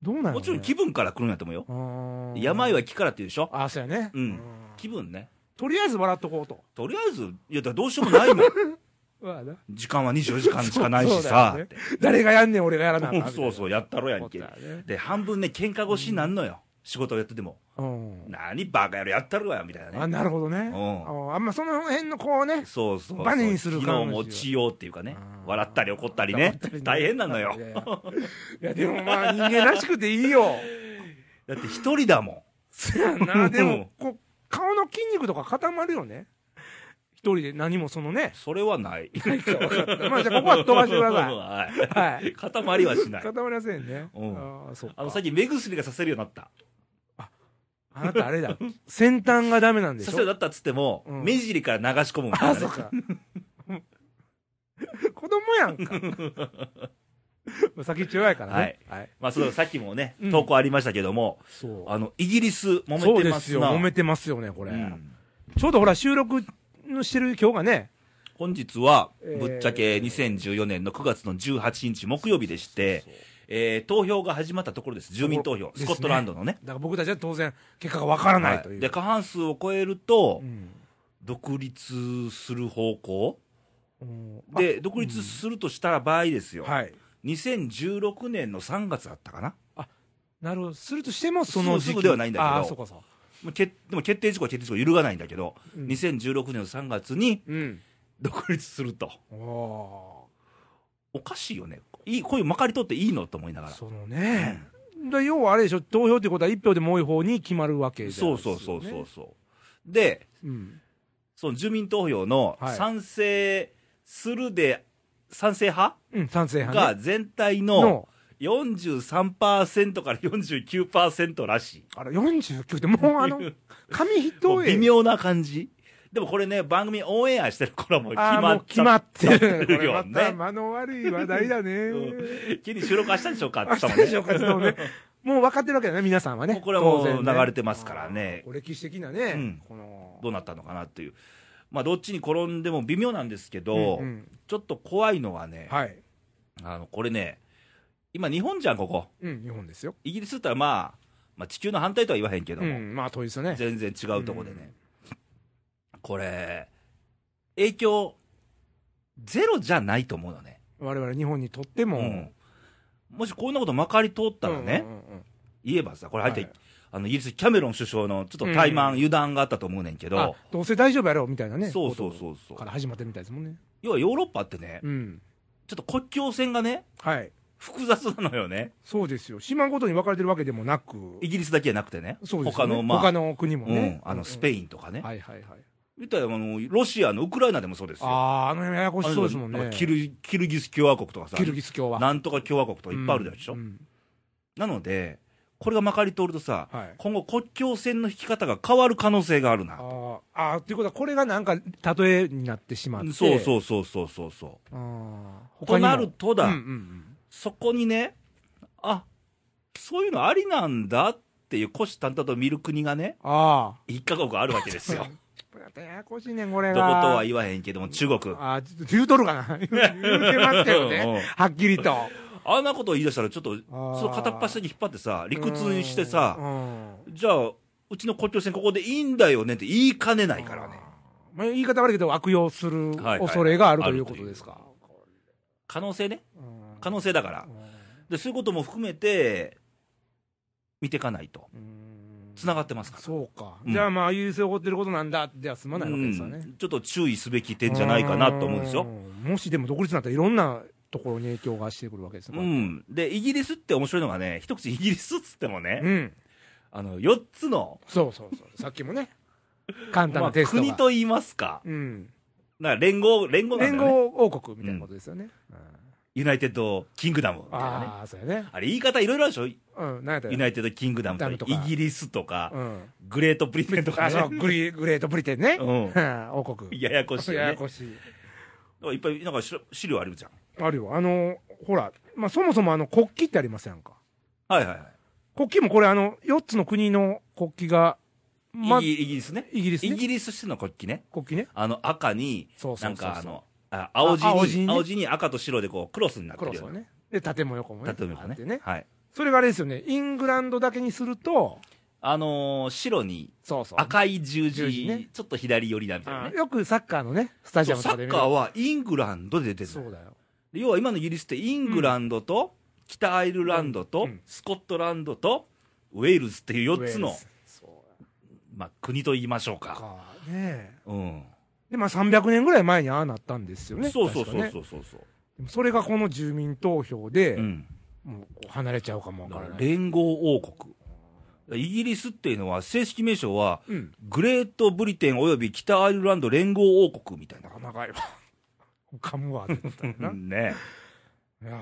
[SPEAKER 2] どうなんやろね
[SPEAKER 1] もちろん気分から来るんやと思うよ。
[SPEAKER 2] うーん
[SPEAKER 1] 病は気からって言うでしょ
[SPEAKER 2] あ、そうやね。
[SPEAKER 1] うん
[SPEAKER 2] うん
[SPEAKER 1] 気分ね。
[SPEAKER 2] とりあえず笑っとこうと。
[SPEAKER 1] とりあえず、いや、だからどうしようもないもん。 時間は24時間しかないしさ。
[SPEAKER 2] そうそうだよね誰がやんねん、俺がやらなあかんみ
[SPEAKER 1] う
[SPEAKER 2] た
[SPEAKER 1] ん
[SPEAKER 2] いな
[SPEAKER 1] そうそう、やったろや
[SPEAKER 2] 思
[SPEAKER 1] ん
[SPEAKER 2] っ
[SPEAKER 1] け。
[SPEAKER 2] たらね
[SPEAKER 1] で、半分ね、喧嘩越しになんのよ。仕事をやってても。
[SPEAKER 2] うん
[SPEAKER 1] 何バカ野郎やったろや、みたいな
[SPEAKER 2] あ、
[SPEAKER 1] ね。
[SPEAKER 2] なるほどね。
[SPEAKER 1] うん
[SPEAKER 2] ああんまその辺のこうね。
[SPEAKER 1] そうそうそう。
[SPEAKER 2] バネにする
[SPEAKER 1] 機
[SPEAKER 2] 彼女
[SPEAKER 1] 能持ちようっていうかね
[SPEAKER 2] あ。ー
[SPEAKER 1] 笑ったり怒ったりね。大変なのよ
[SPEAKER 2] い。やいやいや、でもまあ人間らしくていいよ。
[SPEAKER 1] だって一人だも
[SPEAKER 2] そやな。でも、こう、顔の筋肉とか固まるよね。一人で何もそのね
[SPEAKER 1] ん。。それはない。
[SPEAKER 2] まあじゃあここは飛ばしてください。
[SPEAKER 1] は。
[SPEAKER 2] はい
[SPEAKER 1] 固まりはしない
[SPEAKER 2] 固。まりませんね。
[SPEAKER 1] うん
[SPEAKER 2] ああ、そうか。
[SPEAKER 1] あの、最近目薬がさせるようになった。
[SPEAKER 2] あなたあれだ。先端がダメなんでし
[SPEAKER 1] さ
[SPEAKER 2] ょ
[SPEAKER 1] せるようになったっつっても、
[SPEAKER 2] うん
[SPEAKER 1] 目尻から流し込むみたい
[SPEAKER 2] あ、
[SPEAKER 1] な
[SPEAKER 2] そ
[SPEAKER 1] ね
[SPEAKER 2] っ。か。 子供やんか。 まあ先っちょ弱いからね。はい。
[SPEAKER 1] まあ、そのさっきもね
[SPEAKER 2] う、ん
[SPEAKER 1] 投稿ありましたけども、
[SPEAKER 2] そう。
[SPEAKER 1] あの、イギリス、揉
[SPEAKER 2] そ
[SPEAKER 1] め
[SPEAKER 2] う
[SPEAKER 1] て
[SPEAKER 2] で
[SPEAKER 1] ますす
[SPEAKER 2] よ。
[SPEAKER 1] な。
[SPEAKER 2] 揉めてますよね、これ。
[SPEAKER 1] うん
[SPEAKER 2] ちょうどほら、収録のしてる今日がね、
[SPEAKER 1] 本日は、
[SPEAKER 2] えー
[SPEAKER 1] ぶっちゃけ2014年の9月の18日木曜日でして、えー投票が始まったところです。住民投票。
[SPEAKER 2] です
[SPEAKER 1] ス
[SPEAKER 2] ね
[SPEAKER 1] コットランドのね。
[SPEAKER 2] だから僕たちは当然、結果がわからないと。
[SPEAKER 1] はいいうで、過半数を超えると
[SPEAKER 2] う、ん
[SPEAKER 1] 独立する方向
[SPEAKER 2] うん
[SPEAKER 1] で、独立するとした場合ですよ。
[SPEAKER 2] あはい。
[SPEAKER 1] 2016年の3月だったかな。
[SPEAKER 2] なるほど。するとしても、その時
[SPEAKER 1] す
[SPEAKER 2] 期
[SPEAKER 1] ぐすぐではないんだけど
[SPEAKER 2] ああ、そうかそう。
[SPEAKER 1] もう決でも決定事項は決定事項揺るがないんだけど、
[SPEAKER 2] うん
[SPEAKER 1] 2016年の3月に
[SPEAKER 2] うん。
[SPEAKER 1] 独立すると。
[SPEAKER 2] お
[SPEAKER 1] おかしいよね。いい、こういうまかり通っていいのと思いなが
[SPEAKER 2] ー
[SPEAKER 1] ら。
[SPEAKER 2] そのね。で要はあれでしょ、投票ってことは一票でも多い方に決まるわけです
[SPEAKER 1] そ
[SPEAKER 2] よ
[SPEAKER 1] う
[SPEAKER 2] ね
[SPEAKER 1] そうそうそうそう。で、
[SPEAKER 2] うん。
[SPEAKER 1] その住民投票の
[SPEAKER 2] はい
[SPEAKER 1] 賛成するで、賛成派
[SPEAKER 2] うん、賛成派、ね
[SPEAKER 1] が。全体の
[SPEAKER 2] の、
[SPEAKER 1] 43%から49%らしい。
[SPEAKER 2] あれ、49って、もうあの、紙一重。
[SPEAKER 1] 微妙な感じ。でもこれね、番組オンエアしてる頃もう決
[SPEAKER 2] ああ、
[SPEAKER 1] ま
[SPEAKER 2] も
[SPEAKER 1] っ
[SPEAKER 2] う決ま
[SPEAKER 1] っ
[SPEAKER 2] ってる。
[SPEAKER 1] 決ま
[SPEAKER 2] こ
[SPEAKER 1] ってる
[SPEAKER 2] れ
[SPEAKER 1] よ
[SPEAKER 2] ま
[SPEAKER 1] ね
[SPEAKER 2] た間の悪い話題だね。
[SPEAKER 1] 気に収録明日でしょうかって
[SPEAKER 2] 明
[SPEAKER 1] 言った
[SPEAKER 2] 日
[SPEAKER 1] もん
[SPEAKER 2] で
[SPEAKER 1] ね。
[SPEAKER 2] しょうか、ちょっとね。もう分かってるわけだね、皆さんは
[SPEAKER 1] も
[SPEAKER 2] ね。
[SPEAKER 1] うこれはもう
[SPEAKER 2] 当然ね
[SPEAKER 1] 流れてますからね
[SPEAKER 2] あー歴史的な
[SPEAKER 1] う
[SPEAKER 2] ね
[SPEAKER 1] ん、
[SPEAKER 2] この。
[SPEAKER 1] どうなったのかなっていう。まあ、どっちに転んでも微妙なんですけど、
[SPEAKER 2] うんうん
[SPEAKER 1] ちょっと怖いのはね、
[SPEAKER 2] はい。
[SPEAKER 1] あの、これね、今日本じゃん、ここ。
[SPEAKER 2] うん、日本ですよ。
[SPEAKER 1] イギリスだったらまあ、まあ、地球の反対とは言わへんけど
[SPEAKER 2] う
[SPEAKER 1] も、
[SPEAKER 2] ん、まあ遠いですよね。
[SPEAKER 1] 全然違うとこでね。これ、影響、ゼロじゃないと思うのね。
[SPEAKER 2] 我々日本にとっても。
[SPEAKER 1] うんもしこんなことまかり通ったらね、
[SPEAKER 2] うんうんうんうん
[SPEAKER 1] 言えばさ、これ入って、
[SPEAKER 2] はい
[SPEAKER 1] あの、イギリス、キャメロン首相のちょっと怠慢、
[SPEAKER 2] うん
[SPEAKER 1] 油断があったと思うねんけ
[SPEAKER 2] あ
[SPEAKER 1] ど、
[SPEAKER 2] どうせ大丈夫やろうみたいなね。
[SPEAKER 1] そうそう
[SPEAKER 2] こ
[SPEAKER 1] そうそ
[SPEAKER 2] と
[SPEAKER 1] う
[SPEAKER 2] から。始まってみたいですもんね。
[SPEAKER 1] 要はヨーロッパってね、
[SPEAKER 2] うん。
[SPEAKER 1] ちょっと国境線がね、
[SPEAKER 2] はい。
[SPEAKER 1] 複雑なのよね。
[SPEAKER 2] そうですよ。島ごとに分かれてるわけでもなく。
[SPEAKER 1] イギリスだけじゃなくてね。
[SPEAKER 2] そうです
[SPEAKER 1] 他
[SPEAKER 2] よね
[SPEAKER 1] の、まあ、
[SPEAKER 2] 他の国もね。
[SPEAKER 1] うん、あの、スペ
[SPEAKER 2] イ
[SPEAKER 1] インとかね。
[SPEAKER 2] はいはいはい。
[SPEAKER 1] 言ったら、あの、ロシアのウクライナでもそうですよ。
[SPEAKER 2] ああ、あの辺ややこしそうですもん
[SPEAKER 1] あの
[SPEAKER 2] ね。
[SPEAKER 1] キルキルギス共和国とかさ、
[SPEAKER 2] キルギス共和。
[SPEAKER 1] なんとか共和国とかいっぱいあるでしょ、
[SPEAKER 2] うんうん
[SPEAKER 1] なので、これがまかり通るとさ、
[SPEAKER 2] はい。
[SPEAKER 1] 今後、国境線の引き方が変わる可能性があるな、
[SPEAKER 2] ああああ、ということは、これがなんか、例えになってしまって。
[SPEAKER 1] そう
[SPEAKER 2] う。
[SPEAKER 1] そうそうそうそうそ
[SPEAKER 2] ああ
[SPEAKER 1] う。となるとだ、
[SPEAKER 2] うんうんうん
[SPEAKER 1] そこにね、あそういうのありなんだっていう、虎視眈々と見る国がね、
[SPEAKER 2] あ
[SPEAKER 1] 一カ国あるわけ ですよ。
[SPEAKER 2] あ。またややこしいねん、これ
[SPEAKER 1] ど
[SPEAKER 2] が。
[SPEAKER 1] ことは言わへんけども、中国。
[SPEAKER 2] ああ、ちょっと言うとるかな。 言うてますけど
[SPEAKER 1] うんうん
[SPEAKER 2] ね。はっきりと。
[SPEAKER 1] あんなことを言い出したら、ちょっと、
[SPEAKER 2] ー
[SPEAKER 1] その片っ端に引っ張ってさ、理屈にしてさ、
[SPEAKER 2] うん
[SPEAKER 1] じゃあ、うちの国境線ここでいいんだよねって言いかねないからね。
[SPEAKER 2] まあ、言い方悪いけど、悪用する
[SPEAKER 1] はいはい
[SPEAKER 2] 恐れがあるということですか。
[SPEAKER 1] 可能性ね。
[SPEAKER 2] うん
[SPEAKER 1] 可能性だから。で、そういうことも含めて、見ていかないと。
[SPEAKER 2] うん
[SPEAKER 1] 繋がってますから。
[SPEAKER 2] そうか。
[SPEAKER 1] うん
[SPEAKER 2] じゃあまあ、イギリスで起こってることなんだっては済まないわけですよね。
[SPEAKER 1] うんちょっと注意すべき点じゃないかなと思うんですよ。
[SPEAKER 2] んもしでも独立になったらいろんなところに影響がしてくるわけです
[SPEAKER 1] う
[SPEAKER 2] よ。
[SPEAKER 1] ん。で、イギリスって面白いのがね、一口イギリスっつってもね、
[SPEAKER 2] うん。
[SPEAKER 1] あの、4つの、
[SPEAKER 2] そうそうそう。さっきもね。簡単
[SPEAKER 1] まあ
[SPEAKER 2] なテストが。
[SPEAKER 1] 国と言いますか。
[SPEAKER 2] うん。
[SPEAKER 1] なんか連合、連合なん
[SPEAKER 2] 連
[SPEAKER 1] だよね。
[SPEAKER 2] 合王国みたいなことですよね。うん
[SPEAKER 1] ユナイテッド・キングダムみたいなね。
[SPEAKER 2] ああ、そうやね。
[SPEAKER 1] あれ言い方いろいろあるでしょ
[SPEAKER 2] うん。なんやったら
[SPEAKER 1] ユナイテッド・キングダムと
[SPEAKER 2] ダムと
[SPEAKER 1] か、
[SPEAKER 2] か
[SPEAKER 1] イギリスとか、
[SPEAKER 2] うん。
[SPEAKER 1] グレート・ブリテンとか
[SPEAKER 2] あ、
[SPEAKER 1] ね。
[SPEAKER 2] そう、グリ、グレートブリテンね。
[SPEAKER 1] うん
[SPEAKER 2] うん王国。
[SPEAKER 1] ややこしいよね。
[SPEAKER 2] ややこしい。
[SPEAKER 1] だからいっぱい、なんかしろ資料あるじゃん。
[SPEAKER 2] あるよ。あの、ほら、まあ、そもそもあの、国旗ってありますやんか。
[SPEAKER 1] はいはいはい。
[SPEAKER 2] 国旗もこれあの、4つの国の国旗が、ま、
[SPEAKER 1] イ
[SPEAKER 2] イ
[SPEAKER 1] ギイギリスね。
[SPEAKER 2] ギリス
[SPEAKER 1] イ
[SPEAKER 2] ね。
[SPEAKER 1] ギリスしての国旗ね。
[SPEAKER 2] 国旗ね。
[SPEAKER 1] あの赤に、
[SPEAKER 2] そうそ
[SPEAKER 1] な
[SPEAKER 2] うんそう
[SPEAKER 1] かあ
[SPEAKER 2] そう。
[SPEAKER 1] の、あ青地に
[SPEAKER 2] あ
[SPEAKER 1] 青
[SPEAKER 2] 青
[SPEAKER 1] 地
[SPEAKER 2] 地
[SPEAKER 1] に、
[SPEAKER 2] にね
[SPEAKER 1] 赤と白でこう、クロスになって
[SPEAKER 2] ク
[SPEAKER 1] る
[SPEAKER 2] ロス
[SPEAKER 1] よ
[SPEAKER 2] は
[SPEAKER 1] うな。
[SPEAKER 2] ね。で、縦も横もね。
[SPEAKER 1] 縦向きの
[SPEAKER 2] あって
[SPEAKER 1] ね。はい。
[SPEAKER 2] それがあれですよね。イングランドだけにすると、
[SPEAKER 1] あのー白に
[SPEAKER 2] そうそう。
[SPEAKER 1] 赤い十字
[SPEAKER 2] 十字ね
[SPEAKER 1] ちょっと左寄りだみたいな
[SPEAKER 2] あ
[SPEAKER 1] ね。
[SPEAKER 2] よくサッカーのね、スタジ
[SPEAKER 1] そう
[SPEAKER 2] アムと
[SPEAKER 1] サ
[SPEAKER 2] かで
[SPEAKER 1] ッ
[SPEAKER 2] 見
[SPEAKER 1] カ
[SPEAKER 2] る。
[SPEAKER 1] ーはイングランドで出てる
[SPEAKER 2] そうだよ。
[SPEAKER 1] で要は今のイギリスってイングランドと、北アイルランドと、
[SPEAKER 2] うん
[SPEAKER 1] スコットランドと、ウェールズっていう4つ
[SPEAKER 2] ウェ
[SPEAKER 1] の
[SPEAKER 2] ールズ。、そう
[SPEAKER 1] まあ、国と言いましょう
[SPEAKER 2] だ
[SPEAKER 1] か。
[SPEAKER 2] か。ねえ
[SPEAKER 1] うん。
[SPEAKER 2] で、まあ300年ぐらい前にああなったんですよね。
[SPEAKER 1] そうそうそう
[SPEAKER 2] 確か
[SPEAKER 1] そ
[SPEAKER 2] ね
[SPEAKER 1] うそうそう。
[SPEAKER 2] でもそれがこの住民投票で、
[SPEAKER 1] うん。
[SPEAKER 2] もうこう離れちゃうかもわからない。
[SPEAKER 1] 連合王国。イギリスっていうのは、正式名称は、
[SPEAKER 2] うん。
[SPEAKER 1] グレートブリテンおよび北アイルランド連合王国みたいな。
[SPEAKER 2] 長いわ。噛むわ、絶対 な。い
[SPEAKER 1] ね。
[SPEAKER 2] やー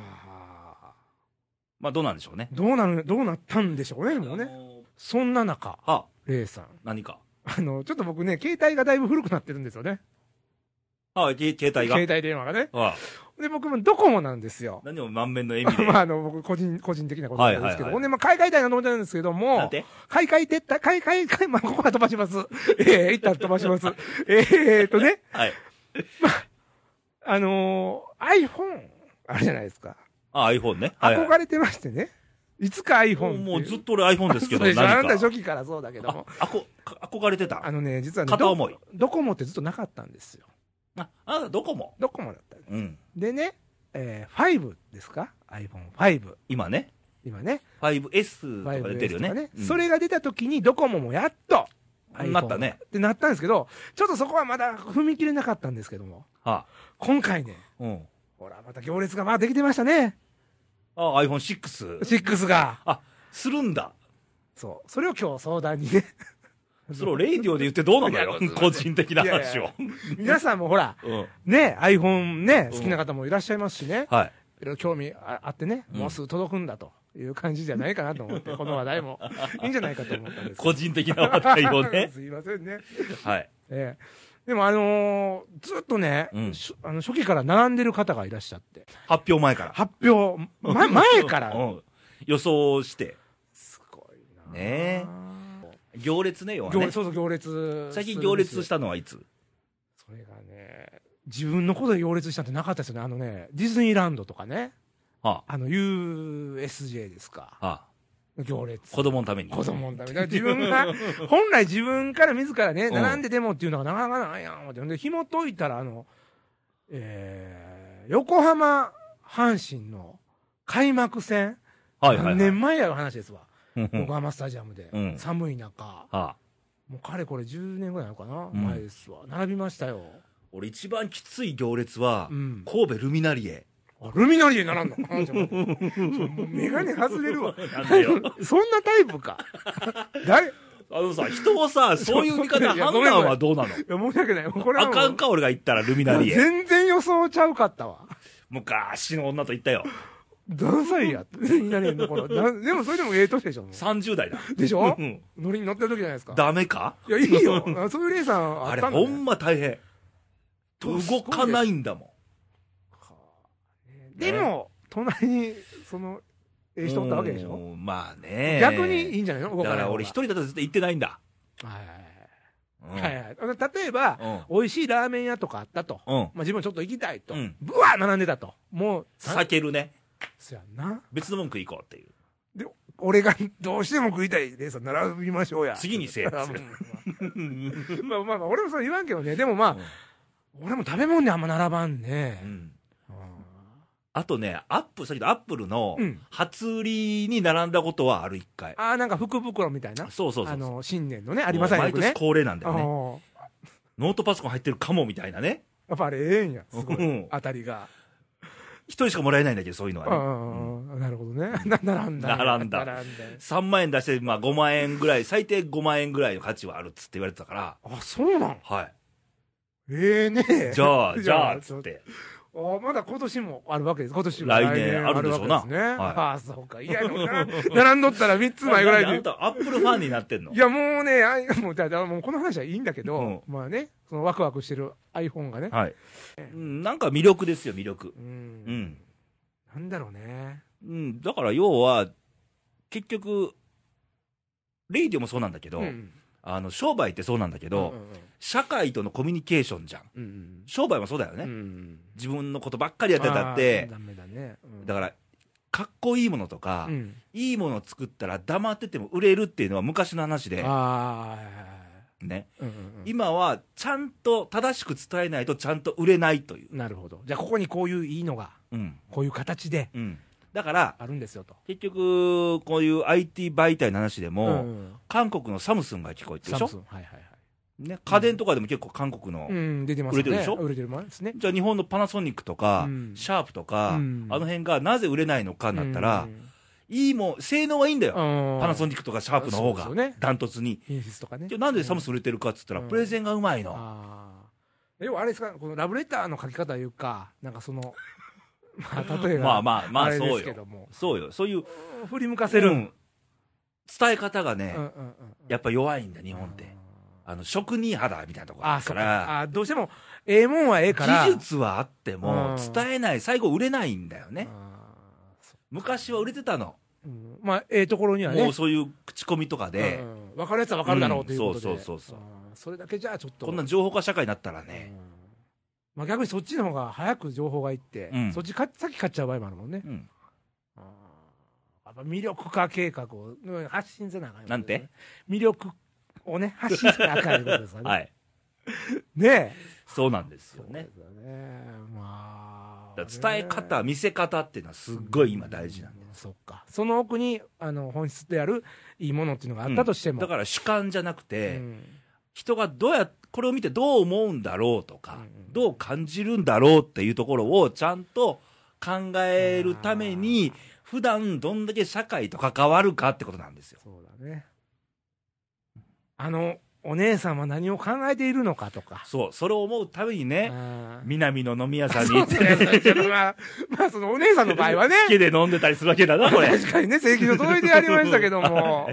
[SPEAKER 1] まあ、どうなんでしょうね。
[SPEAKER 2] どうなる、どうなったんでしょうね、でもね。そんな中、
[SPEAKER 1] あ、
[SPEAKER 2] レイさん。
[SPEAKER 1] 何か。
[SPEAKER 2] あの、ちょっと僕ね、携帯がだいぶ古くなってるんですよね。
[SPEAKER 1] あ、け携帯
[SPEAKER 2] 携
[SPEAKER 1] が。
[SPEAKER 2] 帯電話がね。
[SPEAKER 1] あ
[SPEAKER 2] で、僕もドコモなんですよ。
[SPEAKER 1] 何も満面の笑みで。
[SPEAKER 2] まあ、あの、僕、個人、個人的なことなんですけど。
[SPEAKER 1] はいはいはい
[SPEAKER 2] ほんで、まあ、買い替えたいなと思ってたんですけど
[SPEAKER 1] なん
[SPEAKER 2] も、
[SPEAKER 1] て
[SPEAKER 2] 買い替えてった、買い替え、買い、まあ、ここは飛ばし ます。ええ一旦飛ばします。えーっとね、
[SPEAKER 1] はい。
[SPEAKER 2] あのー iPhone、あるじゃないですか。
[SPEAKER 1] あ、iPhone ね。はいはい
[SPEAKER 2] 憧れてましてね。いつか iPhone ってい。
[SPEAKER 1] もうずっと俺 iPhone ですけど、
[SPEAKER 2] そ
[SPEAKER 1] 何
[SPEAKER 2] うしょあなた
[SPEAKER 1] か
[SPEAKER 2] 初。期からそうだけど
[SPEAKER 1] あ
[SPEAKER 2] も。
[SPEAKER 1] あこ憧れてた
[SPEAKER 2] あ。のね、実はね、
[SPEAKER 1] 片
[SPEAKER 2] ド
[SPEAKER 1] 思い。
[SPEAKER 2] ドコモってずっとなかったんですよ。
[SPEAKER 1] あ、あ、どこも。
[SPEAKER 2] ドコモだったんです。
[SPEAKER 1] うん。
[SPEAKER 2] でね、えー、5ですか ?iPhone5。
[SPEAKER 1] 今ね、
[SPEAKER 2] 今ね。
[SPEAKER 1] 5S とか出てる
[SPEAKER 2] 5S
[SPEAKER 1] よ
[SPEAKER 2] とか
[SPEAKER 1] ね。うん
[SPEAKER 2] それが出た時にドコモもやっと
[SPEAKER 1] なったね
[SPEAKER 2] iPhone ってなったんですけど、ちょっとそこはまだ踏み切れなかったんですけども。
[SPEAKER 1] はあ
[SPEAKER 2] 今回ね、
[SPEAKER 1] うん。
[SPEAKER 2] ほら、また行列がまあできてましたね。
[SPEAKER 1] あ、iPhone6。
[SPEAKER 2] 6が。
[SPEAKER 1] あ、するんだ。
[SPEAKER 2] そう。それを今日相談にね。
[SPEAKER 1] それをレイディオで言ってどうなのよ
[SPEAKER 2] いや。
[SPEAKER 1] 個人的ない
[SPEAKER 2] やいや
[SPEAKER 1] 話を。
[SPEAKER 2] 皆さんもほら、
[SPEAKER 1] うん。
[SPEAKER 2] ね、iPhone ね、
[SPEAKER 1] うん
[SPEAKER 2] 好きな方もいらっしゃいますしね。
[SPEAKER 1] はい。
[SPEAKER 2] いろいろ興味ああってね、
[SPEAKER 1] うん
[SPEAKER 2] もうすぐ届くんだという感じじゃないかなと 思って、この話題も いいんじゃないかと思ったんですけど
[SPEAKER 1] 個人的な話題をね。
[SPEAKER 2] すいませんね。
[SPEAKER 1] はい。
[SPEAKER 2] ええでもあのーずっとね、
[SPEAKER 1] うん
[SPEAKER 2] しょあの初期から並んでる方がいらっしゃって。
[SPEAKER 1] 発表前から。
[SPEAKER 2] 発表、ま、前か
[SPEAKER 1] う
[SPEAKER 2] ら。
[SPEAKER 1] ん予想して。
[SPEAKER 2] すごいな
[SPEAKER 1] ね行列ね、要は
[SPEAKER 2] 行
[SPEAKER 1] ね
[SPEAKER 2] 列。そうそう、行列。
[SPEAKER 1] 最近行列したのはいつ
[SPEAKER 2] それがね、自分のことで行列したってなかったですよね。あのね、ディズニーランドとかね、
[SPEAKER 1] は
[SPEAKER 2] あの、USJ ですか。
[SPEAKER 1] あ、はあ、
[SPEAKER 2] 行列。
[SPEAKER 1] 子供のために。
[SPEAKER 2] 子供のため。だから自分 が、本来自分から自らね、
[SPEAKER 1] うん
[SPEAKER 2] 並んででもっていうのがなかなかないやん、思って。で、紐解いたら、あの、えー、横浜、阪神の開幕戦、
[SPEAKER 1] はいはい、はい。
[SPEAKER 2] 何年前やの話ですわ。
[SPEAKER 1] うんうん
[SPEAKER 2] 横浜スタジアムで、
[SPEAKER 1] うん
[SPEAKER 2] 寒い中。
[SPEAKER 1] はあ、
[SPEAKER 2] もうかれこれ10年ぐらいなのかな、
[SPEAKER 1] ん
[SPEAKER 2] 前ですわ。並びましたよ。
[SPEAKER 1] 俺一番きつい行列は、
[SPEAKER 2] うん
[SPEAKER 1] 神戸ルミナリエ。
[SPEAKER 2] あルミナリエならんの かなちょっと待ってそうもうメガネ外れるわ。
[SPEAKER 1] なんでよ
[SPEAKER 2] そんなタイプか。誰い
[SPEAKER 1] あのさ、人を さ、そういう見方、
[SPEAKER 2] いや
[SPEAKER 1] 判
[SPEAKER 2] ごめんごめ
[SPEAKER 1] 断
[SPEAKER 2] ん
[SPEAKER 1] はどうなの
[SPEAKER 2] や、申し訳ない。これは
[SPEAKER 1] あ
[SPEAKER 2] もう
[SPEAKER 1] かんか、俺が行ったらルミナリエ。
[SPEAKER 2] 全然予想ちゃうかったわ。
[SPEAKER 1] 昔の女と行ったよ。
[SPEAKER 2] ダサい やって。ルミナリエの頃。だでもそれでもええ年でしょ。も
[SPEAKER 1] 30代だ。
[SPEAKER 2] うでしょ
[SPEAKER 1] うん
[SPEAKER 2] 乗りに乗ってる時じゃないですか。
[SPEAKER 1] ダメか
[SPEAKER 2] いや、いいよ。あそういうレーさんあ
[SPEAKER 1] あ
[SPEAKER 2] っ
[SPEAKER 1] れ、
[SPEAKER 2] たんだ
[SPEAKER 1] ほ
[SPEAKER 2] ね
[SPEAKER 1] んま大変。動かないんだもん。
[SPEAKER 2] でも、隣に、その、ええ人おったわけでし
[SPEAKER 1] う
[SPEAKER 2] ょ。
[SPEAKER 1] んまあね。
[SPEAKER 2] 逆にいいんじゃないの動
[SPEAKER 1] だ
[SPEAKER 2] かな
[SPEAKER 1] か
[SPEAKER 2] い
[SPEAKER 1] ら
[SPEAKER 2] 方が
[SPEAKER 1] 俺一人だと絶対行ってないんだ。
[SPEAKER 2] はいはい
[SPEAKER 1] うん
[SPEAKER 2] はいはいはい。例えば、
[SPEAKER 1] う
[SPEAKER 2] 美味しいラーメン屋とかあったと。
[SPEAKER 1] ん。うん。
[SPEAKER 2] まあ、自分ちょっと行きたいと
[SPEAKER 1] うん。
[SPEAKER 2] ぶわー並んでたと。もう、
[SPEAKER 1] 避けるね。
[SPEAKER 2] そやな。
[SPEAKER 1] 別の文句行こうっていう。
[SPEAKER 2] で、俺がどうしても食いたいで、さ、並 びましょうや。
[SPEAKER 1] 次にせえ
[SPEAKER 2] うんまあまあまあ、俺もそう言わんけどね。でもまあ、俺も食べ物にあんま並ばん
[SPEAKER 1] う
[SPEAKER 2] ね。
[SPEAKER 1] ん。あとね、アップ、さっきのアップルの
[SPEAKER 2] うん
[SPEAKER 1] 初売りに並んだことはある一回。
[SPEAKER 2] ああ、なんか福袋みたいな。
[SPEAKER 1] そうそうそうそう。
[SPEAKER 2] あの、新年のね、ありません
[SPEAKER 1] もう
[SPEAKER 2] よ
[SPEAKER 1] 毎
[SPEAKER 2] ね
[SPEAKER 1] 年。恒例なんだよね。
[SPEAKER 2] ああ
[SPEAKER 1] ノートパソコン入ってるかもみたいなね。
[SPEAKER 2] やっぱあれええんや。すご
[SPEAKER 1] う
[SPEAKER 2] い
[SPEAKER 1] ん。
[SPEAKER 2] 当たりが。
[SPEAKER 1] 一人しかもらえないんだけど、そういうの
[SPEAKER 2] あ
[SPEAKER 1] はね。
[SPEAKER 2] あ、なるほどね。な 並んだ。
[SPEAKER 1] 並んだ
[SPEAKER 2] 並んだ。
[SPEAKER 1] 3万円出して、まあ5万円ぐらい、最低5万円ぐらいの価値はあるっつって言われてたから、
[SPEAKER 2] あ、そうなん
[SPEAKER 1] は
[SPEAKER 2] ええね
[SPEAKER 1] い。じゃ あ、
[SPEAKER 2] いや
[SPEAKER 1] じゃあ、っつって。
[SPEAKER 2] あまだ今年もあるわけです。今年も
[SPEAKER 1] 来年あるでしょうな
[SPEAKER 2] わけですね。
[SPEAKER 1] はい
[SPEAKER 2] ああ、そうか。いや、でもな並んどったら3つ 前ぐら
[SPEAKER 1] あ
[SPEAKER 2] い
[SPEAKER 1] な
[SPEAKER 2] で。
[SPEAKER 1] た、アップルファンになってんの
[SPEAKER 2] いや、もうね、あい もうだだもうこの話はいいんだけど、まあね、そのワクワクしてる iPhone がね。
[SPEAKER 1] はい。うんなんか魅力ですよ、魅力。
[SPEAKER 2] う。
[SPEAKER 1] うんん。
[SPEAKER 2] なんだろうね。
[SPEAKER 1] うん、だから要は、結局、レイディオもそうなんだけど、
[SPEAKER 2] うん
[SPEAKER 1] あの、商売ってそうなんだけど、
[SPEAKER 2] うんうん
[SPEAKER 1] 社会とのコミュニケーションじゃん。
[SPEAKER 2] うん
[SPEAKER 1] 商売もそうだよね。
[SPEAKER 2] うんうん。
[SPEAKER 1] 自分のことばっかりやってたっ
[SPEAKER 2] あ
[SPEAKER 1] て
[SPEAKER 2] ー、ダメだね。うん
[SPEAKER 1] だから、かっこいいものとか、
[SPEAKER 2] うん
[SPEAKER 1] いいものを作ったら黙ってても売れるっていうのは昔の話で、
[SPEAKER 2] あ
[SPEAKER 1] ね、
[SPEAKER 2] あ、うんうんうん
[SPEAKER 1] 今はちゃんと正しく伝えないとちゃんと売れないという。
[SPEAKER 2] なるほど。じゃあ、ここにこういういいのが、
[SPEAKER 1] うん。
[SPEAKER 2] こういう形で
[SPEAKER 1] うん。だから、
[SPEAKER 2] あるんですよと。
[SPEAKER 1] 結局、こういう IT 媒体の話でも、
[SPEAKER 2] んん
[SPEAKER 1] 韓国のサムスンが聞こえてるでし
[SPEAKER 2] サム
[SPEAKER 1] ょ
[SPEAKER 2] ス、ンはいはいはい。
[SPEAKER 1] ね、家電とかでも結構韓国の、
[SPEAKER 2] うん、出てます
[SPEAKER 1] 売れ
[SPEAKER 2] よね。
[SPEAKER 1] てるでしょ
[SPEAKER 2] 売れてるもんですね。
[SPEAKER 1] じゃあ日本のパナソニックとか、
[SPEAKER 2] うん
[SPEAKER 1] シャープとか、
[SPEAKER 2] うん
[SPEAKER 1] あの辺がなぜ売れないのかになったら、
[SPEAKER 2] うん
[SPEAKER 1] いいもん、性能はいいんだよ。パ
[SPEAKER 2] パ
[SPEAKER 1] ナソニックとかシャープの方が
[SPEAKER 2] そうですよね、
[SPEAKER 1] ダントツに。
[SPEAKER 2] 品質とかね。
[SPEAKER 1] じゃあなんでサム
[SPEAKER 2] ス
[SPEAKER 1] スン売れてるかっつったら、
[SPEAKER 2] うん
[SPEAKER 1] プレゼンがうまいの。
[SPEAKER 2] ああ。要はあれですか、このラブレターの書き方いうか、なんかその、 まあ、例えば、
[SPEAKER 1] まあまあまあ、
[SPEAKER 2] れ
[SPEAKER 1] そ
[SPEAKER 2] で
[SPEAKER 1] う
[SPEAKER 2] すけ
[SPEAKER 1] よ。
[SPEAKER 2] ども、
[SPEAKER 1] そうよ。そういう、
[SPEAKER 2] 振り向かせる。
[SPEAKER 1] うんん伝え方が
[SPEAKER 2] う
[SPEAKER 1] ね
[SPEAKER 2] ん、うんうん
[SPEAKER 1] やっぱ弱いんだ、日本って。あの、職人肌みたいなとこ
[SPEAKER 2] あ
[SPEAKER 1] あ
[SPEAKER 2] あ、
[SPEAKER 1] る
[SPEAKER 2] そ
[SPEAKER 1] か、
[SPEAKER 2] うからあどうしても、ええもんはええから。
[SPEAKER 1] 技術はあっても、
[SPEAKER 2] うん
[SPEAKER 1] 伝えない、最後売れないんだよね。
[SPEAKER 2] ああそ
[SPEAKER 1] 昔は売れてたの。
[SPEAKER 2] ううんまあ、ええところにはね。
[SPEAKER 1] もうそういう口コミとかで、
[SPEAKER 2] うん分かるやつは分かるだろうということで。
[SPEAKER 1] うんそうそうそうそう
[SPEAKER 2] ああそれだけじゃちょっと。
[SPEAKER 1] こんな情報化社会になったらね、
[SPEAKER 2] うんまあ、逆にそっちの方が早く情報がいって、
[SPEAKER 1] うん
[SPEAKER 2] そっちか先買っちゃう場合もあるもんね。
[SPEAKER 1] うん
[SPEAKER 2] あーやっぱ魅力化計画をうん発信せなあかんよ
[SPEAKER 1] なんて
[SPEAKER 2] 魅力をね、発信せなあかんいうことですよ ね。
[SPEAKER 1] はい。
[SPEAKER 2] ねえ。
[SPEAKER 1] そうなんですよね。
[SPEAKER 2] そうですよねまあ
[SPEAKER 1] だ。から伝え方、見せ方っていうのはすっごい今大事なんだよ。
[SPEAKER 2] うんそっか。その奥に、あの、本質であるいいものっていうのがあったとしても。
[SPEAKER 1] だから主観じゃなくて、
[SPEAKER 2] うん
[SPEAKER 1] 人がどうや、これを見てどう思うんだろうとか、
[SPEAKER 2] うんうん
[SPEAKER 1] どう感じるんだろうっていうところをちゃんと考えるために、普段どんだけ社会と関わるかってことなんですよ。
[SPEAKER 2] そうだね。あの、お姉さんは何を考えているのかとか。
[SPEAKER 1] そう、それを思うためにね、
[SPEAKER 2] あー
[SPEAKER 1] 南の飲み屋さんに
[SPEAKER 2] そ
[SPEAKER 1] 行
[SPEAKER 2] う
[SPEAKER 1] って、
[SPEAKER 2] ですね。まあ、まあ、そのお姉さんの場合はね。
[SPEAKER 1] 家で飲んでたりするわけだな、こ れ。
[SPEAKER 2] 確かにね、正規の届いてありましたけども。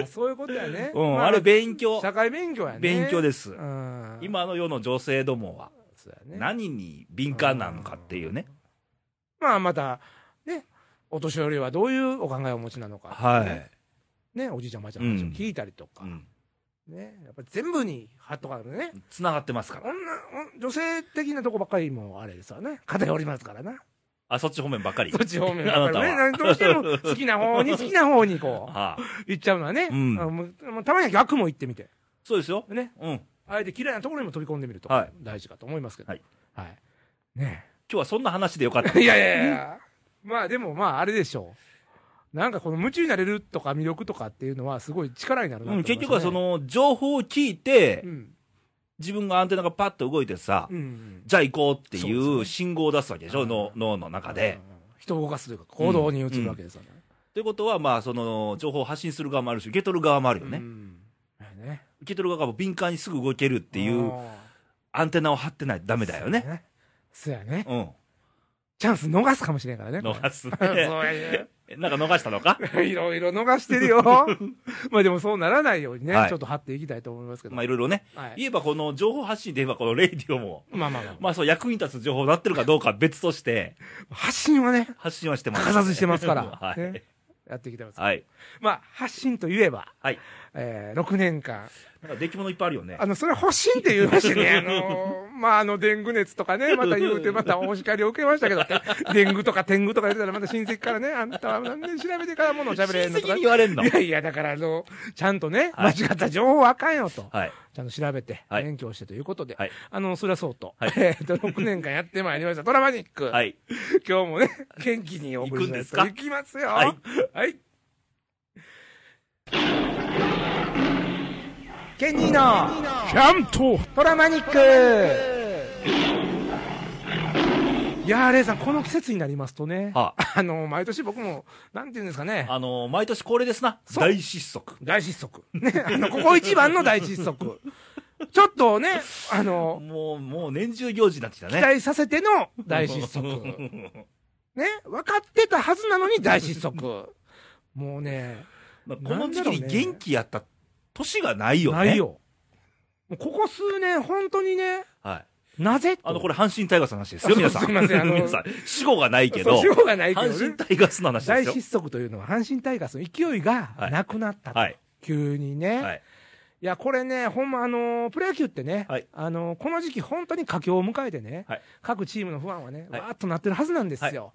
[SPEAKER 2] あそういうことやね。
[SPEAKER 1] うん、
[SPEAKER 2] ま
[SPEAKER 1] あれ勉強、
[SPEAKER 2] 社会勉強やね。
[SPEAKER 1] 勉強
[SPEAKER 2] で。
[SPEAKER 1] です
[SPEAKER 2] う。ん。うん、
[SPEAKER 1] 今の世の女性どもは、
[SPEAKER 2] そうやね
[SPEAKER 1] 何に敏感なのかっていうね。
[SPEAKER 2] まあまたねお年寄りはどういうお考えをお持ちなのか、
[SPEAKER 1] はい。
[SPEAKER 2] ね、おじいちゃんおばあちゃんの話を聞いたりとか、
[SPEAKER 1] うん。
[SPEAKER 2] ね、やっぱり全部に貼っとかないとね
[SPEAKER 1] 繋がってますから。
[SPEAKER 2] 女お女性的なとこばっかりもあれですわね偏りますからな
[SPEAKER 1] あ、そっち方面ばっかり。
[SPEAKER 2] そっち方面
[SPEAKER 1] あ
[SPEAKER 2] ば
[SPEAKER 1] な
[SPEAKER 2] っか
[SPEAKER 1] た
[SPEAKER 2] りね
[SPEAKER 1] は。
[SPEAKER 2] 何どうしても好きな方に好きな方にこう
[SPEAKER 1] はあ、
[SPEAKER 2] 行っちゃうのはね、
[SPEAKER 1] うん
[SPEAKER 2] あのもうもうたまには逆も行ってみて
[SPEAKER 1] そうですよ。
[SPEAKER 2] ね
[SPEAKER 1] うん。今
[SPEAKER 2] あえて嫌いなところにも飛び込んでみると
[SPEAKER 1] はい
[SPEAKER 2] 大事かと思いますけど
[SPEAKER 1] はい、
[SPEAKER 2] はいね
[SPEAKER 1] 日はそんな話でよかった。
[SPEAKER 2] え いやいやいやまあでもまああれでしょうなんかこの夢中になれるとか魅力とかっていうのはすごい力になるなと
[SPEAKER 1] う
[SPEAKER 2] 思
[SPEAKER 1] ん、
[SPEAKER 2] いますね
[SPEAKER 1] 結局はその、情報を聞いて
[SPEAKER 2] う、ん
[SPEAKER 1] 自分がアンテナがパッと動いてさ、
[SPEAKER 2] うん
[SPEAKER 1] じゃあ行こうって
[SPEAKER 2] そうです
[SPEAKER 1] い
[SPEAKER 2] ね
[SPEAKER 1] う信号を出すわけでしょ、
[SPEAKER 2] うん
[SPEAKER 1] 脳脳の中で。
[SPEAKER 2] うん人を動かすというか行動に移るわけですよね
[SPEAKER 1] ということは、まあ、その、情報を発信する側もあるし、受け取る側もあるよね。
[SPEAKER 2] うんだよね
[SPEAKER 1] 受け取る側がもう敏感にすぐ動けるっていう、
[SPEAKER 2] あ
[SPEAKER 1] アンテナを張ってないとダメ
[SPEAKER 2] ー
[SPEAKER 1] だよね。
[SPEAKER 2] そうやね
[SPEAKER 1] うん。
[SPEAKER 2] チャンス逃すかもしれんからねこれ
[SPEAKER 1] 逃す
[SPEAKER 2] そう
[SPEAKER 1] ね。
[SPEAKER 2] やね
[SPEAKER 1] なんか逃したのか
[SPEAKER 2] いろいろ逃してるよ。 まあでもそうならないようにね、
[SPEAKER 1] はい
[SPEAKER 2] ちょっと張っていきたいと思いますけど。
[SPEAKER 1] まあ、いろいろね。
[SPEAKER 2] はい
[SPEAKER 1] 言えば、この情報発信で言えば、このレイディオも、
[SPEAKER 2] まあまあまあ、
[SPEAKER 1] まあ、そう、役に立つ情報になってるかどうかは別と して、
[SPEAKER 2] 発信はね、
[SPEAKER 1] 発信はしてま
[SPEAKER 2] 欠
[SPEAKER 1] す。
[SPEAKER 2] かさずしてますか
[SPEAKER 1] は
[SPEAKER 2] ら、
[SPEAKER 1] い
[SPEAKER 2] ね。やっていきたいです。
[SPEAKER 1] はい。
[SPEAKER 2] まあ、発信といえば、
[SPEAKER 1] はい。
[SPEAKER 2] えー、6年間。
[SPEAKER 1] なんか出来物いっぱいあるよね
[SPEAKER 2] あ。の、それは発信って言いましてね、 あのーまあ、あの、デング熱とかね、また言うて、またお叱りを受けました けど、デングとか天狗とか言ってたら、また親戚からね、あんたは何で調べてからものを喋れんのと
[SPEAKER 1] 親
[SPEAKER 2] か
[SPEAKER 1] 戚に。言われ んの
[SPEAKER 2] いやいや、だから、あの、ちゃんとね、間
[SPEAKER 1] は
[SPEAKER 2] 違
[SPEAKER 1] い
[SPEAKER 2] った情報はあかんよと。
[SPEAKER 1] はい。
[SPEAKER 2] ちゃんと調べて、
[SPEAKER 1] はい
[SPEAKER 2] 勉強してということで、
[SPEAKER 1] はい
[SPEAKER 2] あの、それはそうと、
[SPEAKER 1] はい
[SPEAKER 2] えっと、6年間やってまいりました、ドラマニック。
[SPEAKER 1] はい。
[SPEAKER 2] 今日もね、元気にお送りします
[SPEAKER 1] 行くん
[SPEAKER 2] 行きますよ。は
[SPEAKER 1] はいい。
[SPEAKER 2] ケニーの、キャントドラマニックいやー、レイさん、この季節になりますとね、
[SPEAKER 1] は
[SPEAKER 2] あの、毎年僕も、なんていうんですかね、
[SPEAKER 1] あのー毎年恒例ですな。
[SPEAKER 2] そう
[SPEAKER 1] 大失速。
[SPEAKER 2] 大失速。ね、あの、ここ一番の大失速。ちょっとね、あの、
[SPEAKER 1] もう、もう年中行事になってきた
[SPEAKER 2] 期
[SPEAKER 1] ね。
[SPEAKER 2] 待させての大 失速。 ね、分かってたはずなのに大失速。もうね、
[SPEAKER 1] まあこの時期
[SPEAKER 2] なんだろう
[SPEAKER 1] に
[SPEAKER 2] ね
[SPEAKER 1] 元気やった年がないよね。
[SPEAKER 2] ないよ。もうここ数年、本当にね、
[SPEAKER 1] はい。
[SPEAKER 2] なぜ
[SPEAKER 1] あの、これ、阪神タイガースの話ですよ、
[SPEAKER 2] そう
[SPEAKER 1] 皆さん。
[SPEAKER 2] すいませんあ の
[SPEAKER 1] 皆さん。死後がないけど、
[SPEAKER 2] そうしようがないけどね
[SPEAKER 1] 阪神タイガースの話で
[SPEAKER 2] 大
[SPEAKER 1] すよ
[SPEAKER 2] 失。速というのは、阪神タイガースの勢いがなくなったと、
[SPEAKER 1] はい。
[SPEAKER 2] 急にね、、
[SPEAKER 1] はいい。
[SPEAKER 2] や、これね、ほんま、あのープロ野球ってね、
[SPEAKER 1] はい
[SPEAKER 2] あのーこの時期、本当に佳境を迎えてね、
[SPEAKER 1] はい
[SPEAKER 2] 各チームの不安はね、
[SPEAKER 1] はい
[SPEAKER 2] わーっとなってるはずなんですよ、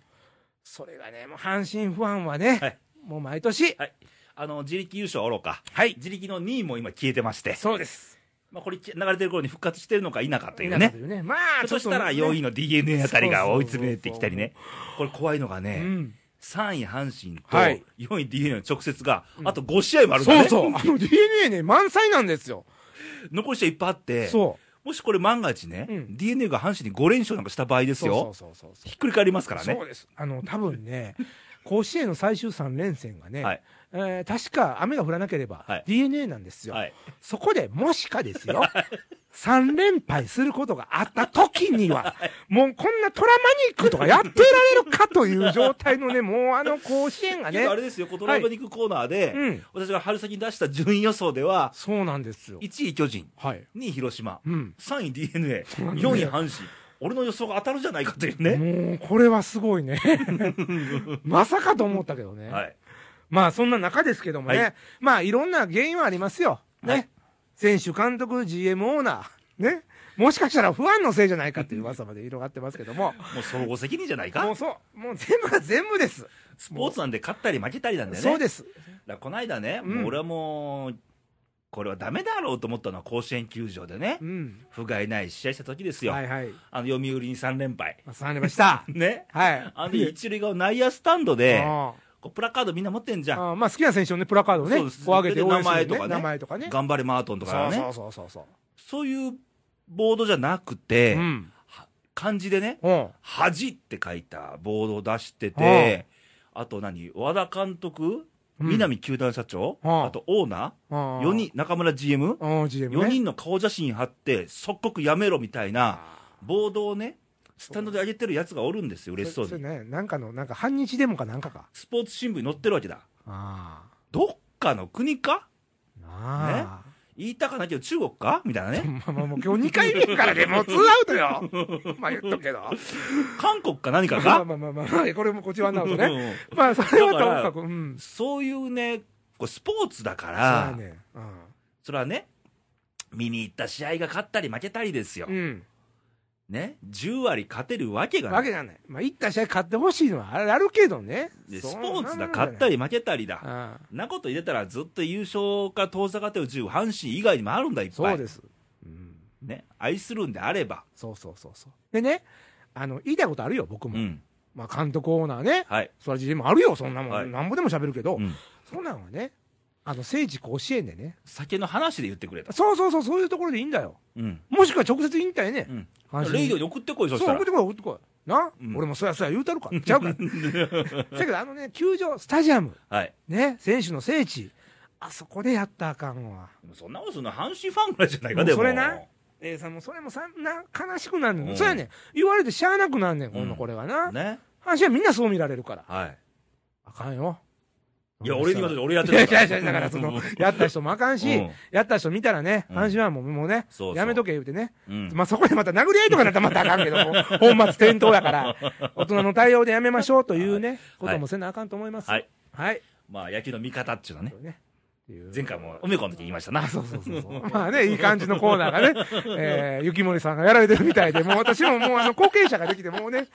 [SPEAKER 2] それがね、もう阪神不安はね、
[SPEAKER 1] はい
[SPEAKER 2] もう毎年、
[SPEAKER 1] はい。あの、自力優勝おろうか。
[SPEAKER 2] はい
[SPEAKER 1] 自力の2位も今消えてまして。
[SPEAKER 2] そうです。
[SPEAKER 1] まあ、これ、流れてる頃に復活してるのか否かという
[SPEAKER 2] なん
[SPEAKER 1] ね
[SPEAKER 2] か。ねまあ、
[SPEAKER 1] そしたら
[SPEAKER 2] ちょっ
[SPEAKER 1] 4
[SPEAKER 2] とね
[SPEAKER 1] 位の DNA あたりが追い詰めてきたりね。これ怖いのがね、
[SPEAKER 2] うん
[SPEAKER 1] 3位阪神
[SPEAKER 2] はい
[SPEAKER 1] と4位 DNA の直接が、あと5試合もあるんだね。
[SPEAKER 2] そうそう、 あの DNA ね、満載なんですよ、
[SPEAKER 1] 残り試合いっぱいあって、
[SPEAKER 2] そ
[SPEAKER 1] もしこれ万が一ね、
[SPEAKER 2] うん
[SPEAKER 1] DNA が阪神に5連勝なんかした場合で
[SPEAKER 2] う、
[SPEAKER 1] す
[SPEAKER 2] そう
[SPEAKER 1] よ。
[SPEAKER 2] そうそうそう
[SPEAKER 1] ひっくり返りますからね
[SPEAKER 2] そう。です、あの多分ね、 甲子園の最終3連戦がね、
[SPEAKER 1] はい
[SPEAKER 2] えー確か雨が降らなければ、
[SPEAKER 1] はい
[SPEAKER 2] d n a なんですよ、
[SPEAKER 1] はい。
[SPEAKER 2] そこでもしかですよ、3連敗することがあった時 には、もうこんなトラマニックとかやってられるかという状態のね、もうあの甲子園 が
[SPEAKER 1] け
[SPEAKER 2] ね
[SPEAKER 1] どあ、れですよ、このライブに行くコーナーで、
[SPEAKER 2] うん
[SPEAKER 1] 私が春先に出した順位予想では、
[SPEAKER 2] そうなんですよ、
[SPEAKER 1] 1位巨人、
[SPEAKER 2] はい、
[SPEAKER 1] 2位広島、
[SPEAKER 2] うん、
[SPEAKER 1] 3位 DNA、4位阪神、俺の予想が当たるじゃないかというね。
[SPEAKER 2] もうこれはすごいね、 まさかと思ったけどね。
[SPEAKER 1] はい。
[SPEAKER 2] まあそんな中ですけどもね、
[SPEAKER 1] はい
[SPEAKER 2] まあいろんな原因はありますよ。ね。
[SPEAKER 1] はい
[SPEAKER 2] 選手、監督、GM、オーナー、ね。もしかしたら不安のせいじゃないかっていう噂まで広がってますけども、
[SPEAKER 1] もう総合責任じゃない
[SPEAKER 2] も
[SPEAKER 1] か
[SPEAKER 2] う。そう、もう全部が全部です。
[SPEAKER 1] スポーツなんで勝ったり負けたりなんでね。
[SPEAKER 2] そうです。
[SPEAKER 1] だからこの間ね、
[SPEAKER 2] うん
[SPEAKER 1] もう俺はもう、これはダメだろうと思ったのは甲子園球場でね
[SPEAKER 2] う、ん。
[SPEAKER 1] 不甲斐ない試合した時ですよ。
[SPEAKER 2] はいはい。
[SPEAKER 1] あの、読売に3連敗。
[SPEAKER 2] まあ、3連敗した。
[SPEAKER 1] ね。
[SPEAKER 2] はい。
[SPEAKER 1] あの、一塁側の内野スタンドで、
[SPEAKER 2] あ
[SPEAKER 1] こうプラカードみんな持ってんじゃん。
[SPEAKER 2] あまあ好きな選手のね、プラカードをね、
[SPEAKER 1] そう
[SPEAKER 2] こ
[SPEAKER 1] です
[SPEAKER 2] う上げて応援する、ね、
[SPEAKER 1] 名前とかね
[SPEAKER 2] 名前とかね。
[SPEAKER 1] 頑張れマートンとかね。
[SPEAKER 2] そうそうそうそう。
[SPEAKER 1] そういうボードじゃなくて、
[SPEAKER 2] うん。
[SPEAKER 1] 漢字でね、
[SPEAKER 2] うん。
[SPEAKER 1] 恥って書いたボードを出してて、あと何、和田監督、
[SPEAKER 2] うん
[SPEAKER 1] 南球団社長、
[SPEAKER 2] うん
[SPEAKER 1] あとオーナー、4人、中村 GM、
[SPEAKER 2] うん、GM ね。
[SPEAKER 1] 4人の顔写真貼って、即刻やめろみたいなボードをね、スタンドで上げてるやつがおるんですよ、嬉しそう
[SPEAKER 2] それ
[SPEAKER 1] に。
[SPEAKER 2] ね、なんかの、なんか反日デモかなんかか。
[SPEAKER 1] スポーツ新聞に載ってるわけだ。
[SPEAKER 2] あ
[SPEAKER 1] どっかの国か
[SPEAKER 2] あ。なあ。
[SPEAKER 1] 言いたかないけど中国かみたいなね。
[SPEAKER 2] まあまあもう今日2回目やからね、もうツーアウトよ。 まあ言っとくけど。
[SPEAKER 1] 韓国か何か
[SPEAKER 2] まあ
[SPEAKER 1] か
[SPEAKER 2] まあまあまあまあ、これもこちらになると ね。
[SPEAKER 1] ね。
[SPEAKER 2] まあそれはともかく、うん
[SPEAKER 1] うん。そういうね、こうスポーツだか
[SPEAKER 2] そうや
[SPEAKER 1] ら、
[SPEAKER 2] ね。
[SPEAKER 1] それはね、見に行った試合が勝ったり負けたりですよ
[SPEAKER 2] う。ん。
[SPEAKER 1] ね。10割勝てるわけがな
[SPEAKER 2] わ
[SPEAKER 1] い
[SPEAKER 2] けじゃない。まあ行った試合勝ってほしいのはあるけどね。
[SPEAKER 1] で
[SPEAKER 2] そ
[SPEAKER 1] ス
[SPEAKER 2] ん
[SPEAKER 1] ポーツだ、
[SPEAKER 2] なん
[SPEAKER 1] 勝ったり負けたりだ。
[SPEAKER 2] ああ
[SPEAKER 1] なこと入れたらずっと優勝か遠ざかってる10、阪神以外にもあるんだ、いっぱ
[SPEAKER 2] そう
[SPEAKER 1] い。
[SPEAKER 2] です。うん。
[SPEAKER 1] ね。愛するんであれば。
[SPEAKER 2] そうそうそうそう。でね、あの、言いたいことあるよ、僕
[SPEAKER 1] う
[SPEAKER 2] も。
[SPEAKER 1] ん。
[SPEAKER 2] まあ監督オーナーね。
[SPEAKER 1] はい。
[SPEAKER 2] そらじもあるよ、そんなもん。
[SPEAKER 1] はい
[SPEAKER 2] なんぼでも喋るけど。
[SPEAKER 1] うん
[SPEAKER 2] そんなんはね、あの、聖地甲子園でね。
[SPEAKER 1] 酒の話で言ってくれた。
[SPEAKER 2] そうそうそう、そういうところでいいんだよ。
[SPEAKER 1] うん。
[SPEAKER 2] もしくは直接引退ね
[SPEAKER 1] う。ん。
[SPEAKER 2] 阪神
[SPEAKER 1] レイドに送ってこい、そし
[SPEAKER 2] そう、
[SPEAKER 1] た
[SPEAKER 2] 送っ
[SPEAKER 1] ら。
[SPEAKER 2] てこい、送ってこい。な、
[SPEAKER 1] うん
[SPEAKER 2] 俺もそやそや言うたるか。ち ゃうから。せやけど、あのね、球場、スタジアム、
[SPEAKER 1] はい。
[SPEAKER 2] ね、選手の聖地、あそこでやったらあかんわ。
[SPEAKER 1] でもそんなことするの阪神ファンぐらいじゃない
[SPEAKER 2] も
[SPEAKER 1] か、
[SPEAKER 2] う
[SPEAKER 1] でも。
[SPEAKER 2] それなえー、さんもそれもさな悲しくなんねん、
[SPEAKER 1] うん
[SPEAKER 2] そうやねん、言われてしゃあなくなんねん、こん
[SPEAKER 1] う
[SPEAKER 2] なんこれはな、
[SPEAKER 1] ね。
[SPEAKER 2] 阪神はみんなそう見られるから、
[SPEAKER 1] はい。
[SPEAKER 2] あかんよ。
[SPEAKER 1] いや、俺に言わせ
[SPEAKER 2] い
[SPEAKER 1] て、俺やって
[SPEAKER 2] や
[SPEAKER 1] たから。、
[SPEAKER 2] いやいや、だからそのやった人もあかんし、
[SPEAKER 1] うん
[SPEAKER 2] やった人見たらね、
[SPEAKER 1] うん
[SPEAKER 2] 阪神はもうもうね、
[SPEAKER 1] そうそう
[SPEAKER 2] やめとけ言うてね、
[SPEAKER 1] うん。
[SPEAKER 2] まあ、そこでまた殴り合いとかなったらまたあかんけど も、本末転倒やから、大人の対応でやめましょうというね、こともせなあかんと思います。
[SPEAKER 1] はい。
[SPEAKER 2] はい。
[SPEAKER 1] まあ、野球の見方っていうのはね、
[SPEAKER 2] ねっていう
[SPEAKER 1] 前回も梅子の時言いました な。
[SPEAKER 2] そうそうそうそう。まあね、いい感じのコーナーが ね、えー、雪森さんがやられてるみたいで、もう私ももうあの、後継者ができて、もうね、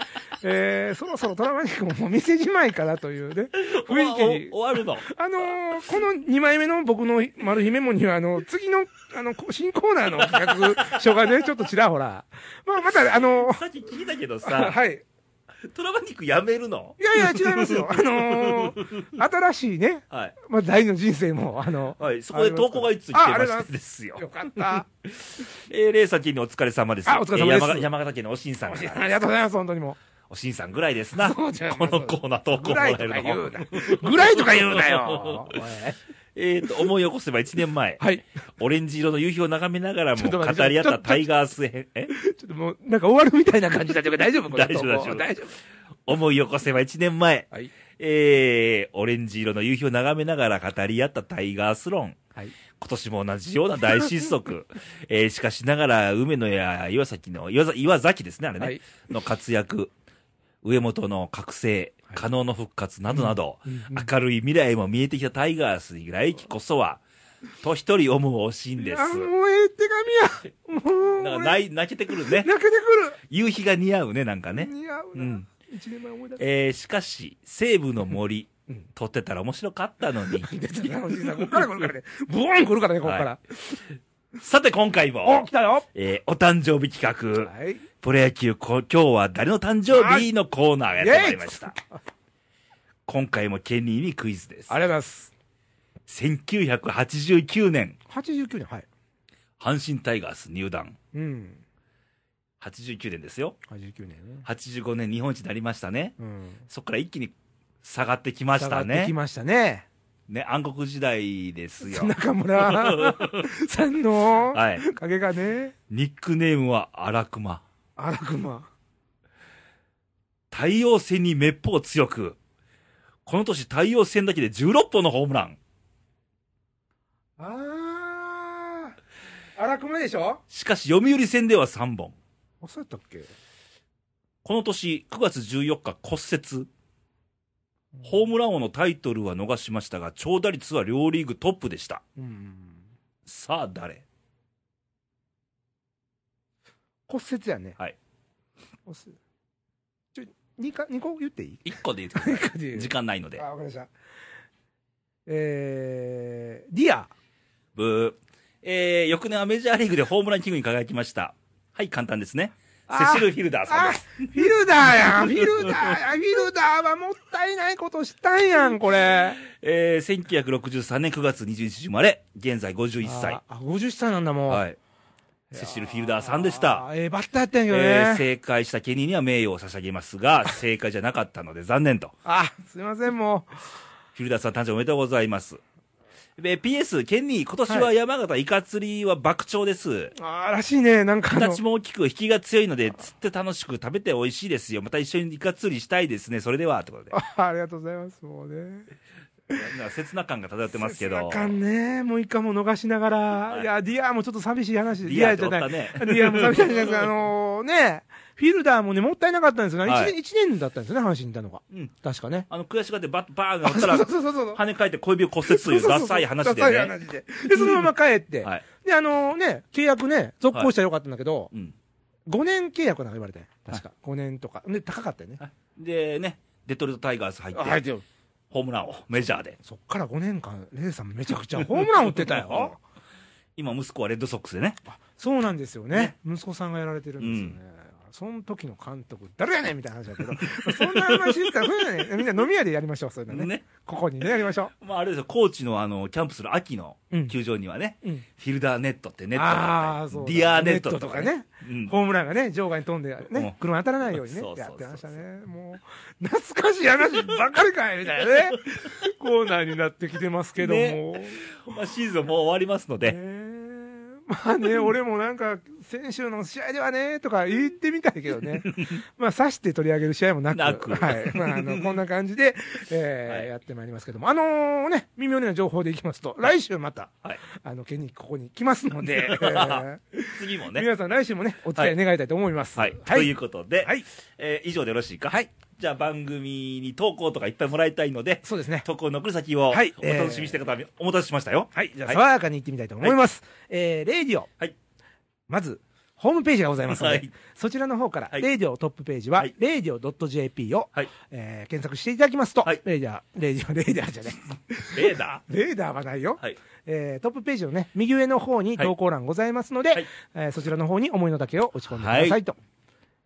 [SPEAKER 2] えー、そろそろトラマニックももう店じまいかなというね、 雰囲気に
[SPEAKER 1] おお終わる の。
[SPEAKER 2] あのーこの2枚目の僕の丸姫もには、あの、次の、あの、こ新コーナーの企画 書がね、ちょっとちらほら。まあ、また、あのー
[SPEAKER 1] さっき聞いたけどさ、
[SPEAKER 2] はい。
[SPEAKER 1] トラマニックやめるの
[SPEAKER 2] いやいや、違います よ。あのー新しいね、
[SPEAKER 1] はい。
[SPEAKER 2] まあ、第二の人生も、あの、
[SPEAKER 1] はい。そこで投稿がいつ来て
[SPEAKER 2] ああ
[SPEAKER 1] ま
[SPEAKER 2] りがとうござい
[SPEAKER 1] して
[SPEAKER 2] ます
[SPEAKER 1] ですよ。
[SPEAKER 2] よか った。
[SPEAKER 1] えー、レーサー君のお疲れ様です。
[SPEAKER 2] あお疲れ様です
[SPEAKER 1] えー山山形県のおしんさん
[SPEAKER 2] あ
[SPEAKER 1] か
[SPEAKER 2] り
[SPEAKER 1] ら
[SPEAKER 2] がとうございます、本当にも
[SPEAKER 1] おしんさんぐらいですな。
[SPEAKER 2] そ
[SPEAKER 1] こ
[SPEAKER 2] うじゃん
[SPEAKER 1] のコーナー投
[SPEAKER 2] う。ぐ
[SPEAKER 1] 稿もら
[SPEAKER 2] ら
[SPEAKER 1] え
[SPEAKER 2] いとか言
[SPEAKER 1] る
[SPEAKER 2] う
[SPEAKER 1] の。
[SPEAKER 2] な。ぐらいとか言う なよ。おい
[SPEAKER 1] えーと、思い起こせば1年前、
[SPEAKER 2] はい。
[SPEAKER 1] オレンジ色の夕日を眺めながら
[SPEAKER 2] ちょ
[SPEAKER 1] も
[SPEAKER 2] っと
[SPEAKER 1] 語
[SPEAKER 2] 待って
[SPEAKER 1] り合っ
[SPEAKER 2] ちょ
[SPEAKER 1] た
[SPEAKER 2] っと
[SPEAKER 1] タイガース編、え
[SPEAKER 2] ちょっともう、なんか終わるみたいな感じだけど、大丈夫これ
[SPEAKER 1] 大丈夫
[SPEAKER 2] もう
[SPEAKER 1] 大
[SPEAKER 2] 大丈夫。
[SPEAKER 1] 思い起こせば1年前、
[SPEAKER 2] はい。
[SPEAKER 1] えー、オレンジ色の夕日を眺めながら語り合ったタイガース論。
[SPEAKER 2] はい。
[SPEAKER 1] 今年も同じような大失 速。えー、しかしながら、梅野や岩崎の、岩崎岩崎ですね、あれね、
[SPEAKER 2] はい
[SPEAKER 1] の活躍、上本の覚醒、
[SPEAKER 2] はい
[SPEAKER 1] 可能の復活などなど、
[SPEAKER 2] うんうん
[SPEAKER 1] 明るい未来も見えてきたタイガースに来季こそは、と一人思う惜しいんです。
[SPEAKER 2] あ、もうええ手紙や。も
[SPEAKER 1] な
[SPEAKER 2] う、
[SPEAKER 1] んか
[SPEAKER 2] 俺
[SPEAKER 1] 泣い泣けてくるね。
[SPEAKER 2] 泣けて
[SPEAKER 1] 夕日が似合うね、なんか
[SPEAKER 2] くる。
[SPEAKER 1] ね。
[SPEAKER 2] 似合う
[SPEAKER 1] う。
[SPEAKER 2] なん一年前思い出す。
[SPEAKER 1] えー、しかし、西武の森
[SPEAKER 2] うん、
[SPEAKER 1] 撮ってたら面白かったのに。
[SPEAKER 2] 出てたなおじいさん。こっから来るからね。ブーン来るからね、こっから。
[SPEAKER 1] さて今回
[SPEAKER 2] お、
[SPEAKER 1] も
[SPEAKER 2] 来、たよ。
[SPEAKER 1] えー、お誕生日企画、
[SPEAKER 2] はい。
[SPEAKER 1] プロ野球こ、今日は誰の誕生日のコーナーがやってまいりました。今回もケニーにクイズです
[SPEAKER 2] あ。りがとうございます。
[SPEAKER 1] 1989年、
[SPEAKER 2] 89年、はい。
[SPEAKER 1] 阪神タイガース入団。
[SPEAKER 2] うん。
[SPEAKER 1] 89年ですよ。
[SPEAKER 2] 89年ね。
[SPEAKER 1] 85年日本一になりましたね。
[SPEAKER 2] うん。
[SPEAKER 1] そこから一気に下がってきまし
[SPEAKER 2] 下
[SPEAKER 1] た
[SPEAKER 2] がって
[SPEAKER 1] ね
[SPEAKER 2] き。ましたね。
[SPEAKER 1] ね、暗黒時代です よ。
[SPEAKER 2] 中 村さんの
[SPEAKER 1] はい。
[SPEAKER 2] 影がね、
[SPEAKER 1] ニックネームは荒熊。
[SPEAKER 2] 荒熊。
[SPEAKER 1] 太陽戦に滅法強く。この年太陽戦だけで16本のホームラン。
[SPEAKER 2] あー。荒熊でしょ
[SPEAKER 1] しかし読売戦では3本。
[SPEAKER 2] あ、そうやったっけ
[SPEAKER 1] この年9月14日骨折。ホームラン王のタイトルは逃しましたが、長打率は両リーグトップでした。
[SPEAKER 2] うん。
[SPEAKER 1] さあ誰
[SPEAKER 2] 骨折やね。
[SPEAKER 1] はい。
[SPEAKER 2] 骨折。ちょ、二か、二個言っていい
[SPEAKER 1] ?1 個で言ってくださ い。時
[SPEAKER 2] 時
[SPEAKER 1] 間ないので。
[SPEAKER 2] あ、わかりました。えー、ディア。
[SPEAKER 1] ブー。えー、翌年はメジャーリーグでホームランキングに輝きました。はい、簡単ですね。セシル・ヒルダーさん
[SPEAKER 2] あ
[SPEAKER 1] です。、
[SPEAKER 2] フィルダーやん。フィルダーや。フィルダーはもったいないことしたんやん、これ。
[SPEAKER 1] えー、1963年9月21日生まれ、現在51歳
[SPEAKER 2] あ。。あ、50歳なんだもん。
[SPEAKER 1] はい。セシル・フィルダーさんでした。
[SPEAKER 2] あー。ええバッターやったん
[SPEAKER 1] え
[SPEAKER 2] よね。
[SPEAKER 1] ー正解したケニーには名誉を差し上げます が、正解じゃなかったので残念と。
[SPEAKER 2] あ、すいません、も
[SPEAKER 1] フィルダーさん誕生おめでとうございます。で、PS、ケニー、今年は山形イカ釣りは爆調です。
[SPEAKER 2] う。あーらしいね、なんかあの
[SPEAKER 1] 形、も大きく、引きが強いので、釣って楽しく食べて美味しいですよ。また一緒にイカ釣りしたいですね。それでは、ということで。
[SPEAKER 2] あありがとうございます、もうね。
[SPEAKER 1] なんか切な感が漂ってますけど。
[SPEAKER 2] あかんね、6日も逃しながら、
[SPEAKER 1] い
[SPEAKER 2] い、や、ディアーもちょっと寂しい話、
[SPEAKER 1] リアル
[SPEAKER 2] じ
[SPEAKER 1] だ
[SPEAKER 2] ゃ
[SPEAKER 1] っ
[SPEAKER 2] ない
[SPEAKER 1] た、ね。
[SPEAKER 2] ディアーも寂しい話ですけど、あのーね、フィルダーもね、もったいなかったんですが、
[SPEAKER 1] は
[SPEAKER 2] 1
[SPEAKER 1] い
[SPEAKER 2] 年、一年だったんですよね、阪神にいたのが。
[SPEAKER 1] うん。
[SPEAKER 2] 確かね。
[SPEAKER 1] あの、悔しがってバッ、バーンが打ったら、
[SPEAKER 2] そうそうそうそう。
[SPEAKER 1] 跳ね返って小指を骨折という
[SPEAKER 2] そうそう
[SPEAKER 1] ダ
[SPEAKER 2] そう
[SPEAKER 1] サい話で
[SPEAKER 2] ダサい
[SPEAKER 1] ね。
[SPEAKER 2] 話で。で、そのまま帰って。
[SPEAKER 1] はい。
[SPEAKER 2] で、あのね、契約ね、続行したらよかったんだけど、
[SPEAKER 1] うん。
[SPEAKER 2] 5年契約なんか言われて、確か。5年とか。ね、高かったよね。
[SPEAKER 1] でね、デトロイトタイガース入
[SPEAKER 2] あ入
[SPEAKER 1] っ、
[SPEAKER 2] って
[SPEAKER 1] ホームランをメジャーで。
[SPEAKER 2] そっから5年間、レイさんめちゃくちゃホームラン打って たよ。
[SPEAKER 1] 今、息子はレッドソックスでね。
[SPEAKER 2] そうなんですよね
[SPEAKER 1] ね
[SPEAKER 2] 息子さんがやられてるんですよね。その時の監督、誰やねんみたいな話だ けど、まあそんな話言ったら、そういうのね、みんな飲み屋でやりましょう、そういうのね。
[SPEAKER 1] ね。
[SPEAKER 2] ここにね、やりましょ
[SPEAKER 1] まあ、あれですよ、コーチのあの、キャンプする秋の
[SPEAKER 2] うん
[SPEAKER 1] 球場にはね、
[SPEAKER 2] う。うん。
[SPEAKER 1] フィルダーネットってネットがあ
[SPEAKER 2] ああ、
[SPEAKER 1] って
[SPEAKER 2] そうだ。
[SPEAKER 1] ディアーネットと
[SPEAKER 2] と
[SPEAKER 1] か
[SPEAKER 2] か
[SPEAKER 1] ね。
[SPEAKER 2] ね。
[SPEAKER 1] うん
[SPEAKER 2] ホームランがね、場外に飛んで、
[SPEAKER 1] うん
[SPEAKER 2] ね、車当たらないようにね
[SPEAKER 1] そう、そう
[SPEAKER 2] や
[SPEAKER 1] そ
[SPEAKER 2] っ
[SPEAKER 1] う
[SPEAKER 2] てましたね。もう、懐かしい話ばっかりかいみたい なね、コーナーになってきてますけども。
[SPEAKER 1] まあ、シーズンもう終わりますの
[SPEAKER 2] え
[SPEAKER 1] で、
[SPEAKER 2] ー まあね、俺もなんか、先週の試合ではね、とか言ってみたいけ どね。まあ、刺して取り上げる試合もなく。
[SPEAKER 1] なく
[SPEAKER 2] はい。まあ、あの、こんな感じで、えー
[SPEAKER 1] はい
[SPEAKER 2] やってまいりますけども。あのーね、微妙な情報でいきますと、来週また、
[SPEAKER 1] はい
[SPEAKER 2] あの、県にここに来ますの で、えー
[SPEAKER 1] 次もね。
[SPEAKER 2] 皆さん来週もね、お付き合い願いたいと思います。
[SPEAKER 1] はい。
[SPEAKER 2] は
[SPEAKER 1] とい
[SPEAKER 2] い。
[SPEAKER 1] うことで、
[SPEAKER 2] はい
[SPEAKER 1] えー以上でよろしいか。はい。じゃあ、番組に投稿とかいっぱいもらいたいので、
[SPEAKER 2] そうですね。
[SPEAKER 1] 投稿の送る先を、
[SPEAKER 2] はい
[SPEAKER 1] お楽しみにしてる方は、お待たせしましたよ。
[SPEAKER 2] はい。じゃあ、
[SPEAKER 1] はい
[SPEAKER 2] 爽やかに行ってみたいと思います。えー、レイディオ。
[SPEAKER 1] はい
[SPEAKER 2] まず、ホームページがございますので、
[SPEAKER 1] はい
[SPEAKER 2] そちらの方から、
[SPEAKER 1] はい
[SPEAKER 2] レイディオトップページは、
[SPEAKER 1] はい
[SPEAKER 2] レイディオ .jp を、
[SPEAKER 1] はい
[SPEAKER 2] えー検索していただきますと、
[SPEAKER 1] はい
[SPEAKER 2] レイディア、レイディオ、 レイディアじゃね。
[SPEAKER 1] レーダ
[SPEAKER 2] レーダーはないよ
[SPEAKER 1] ー。。はい。
[SPEAKER 2] えー、トップページのね、右上の方に投稿欄ございますので、
[SPEAKER 1] はい
[SPEAKER 2] えーそちらの方に思いの丈を打ち込んでくださいと。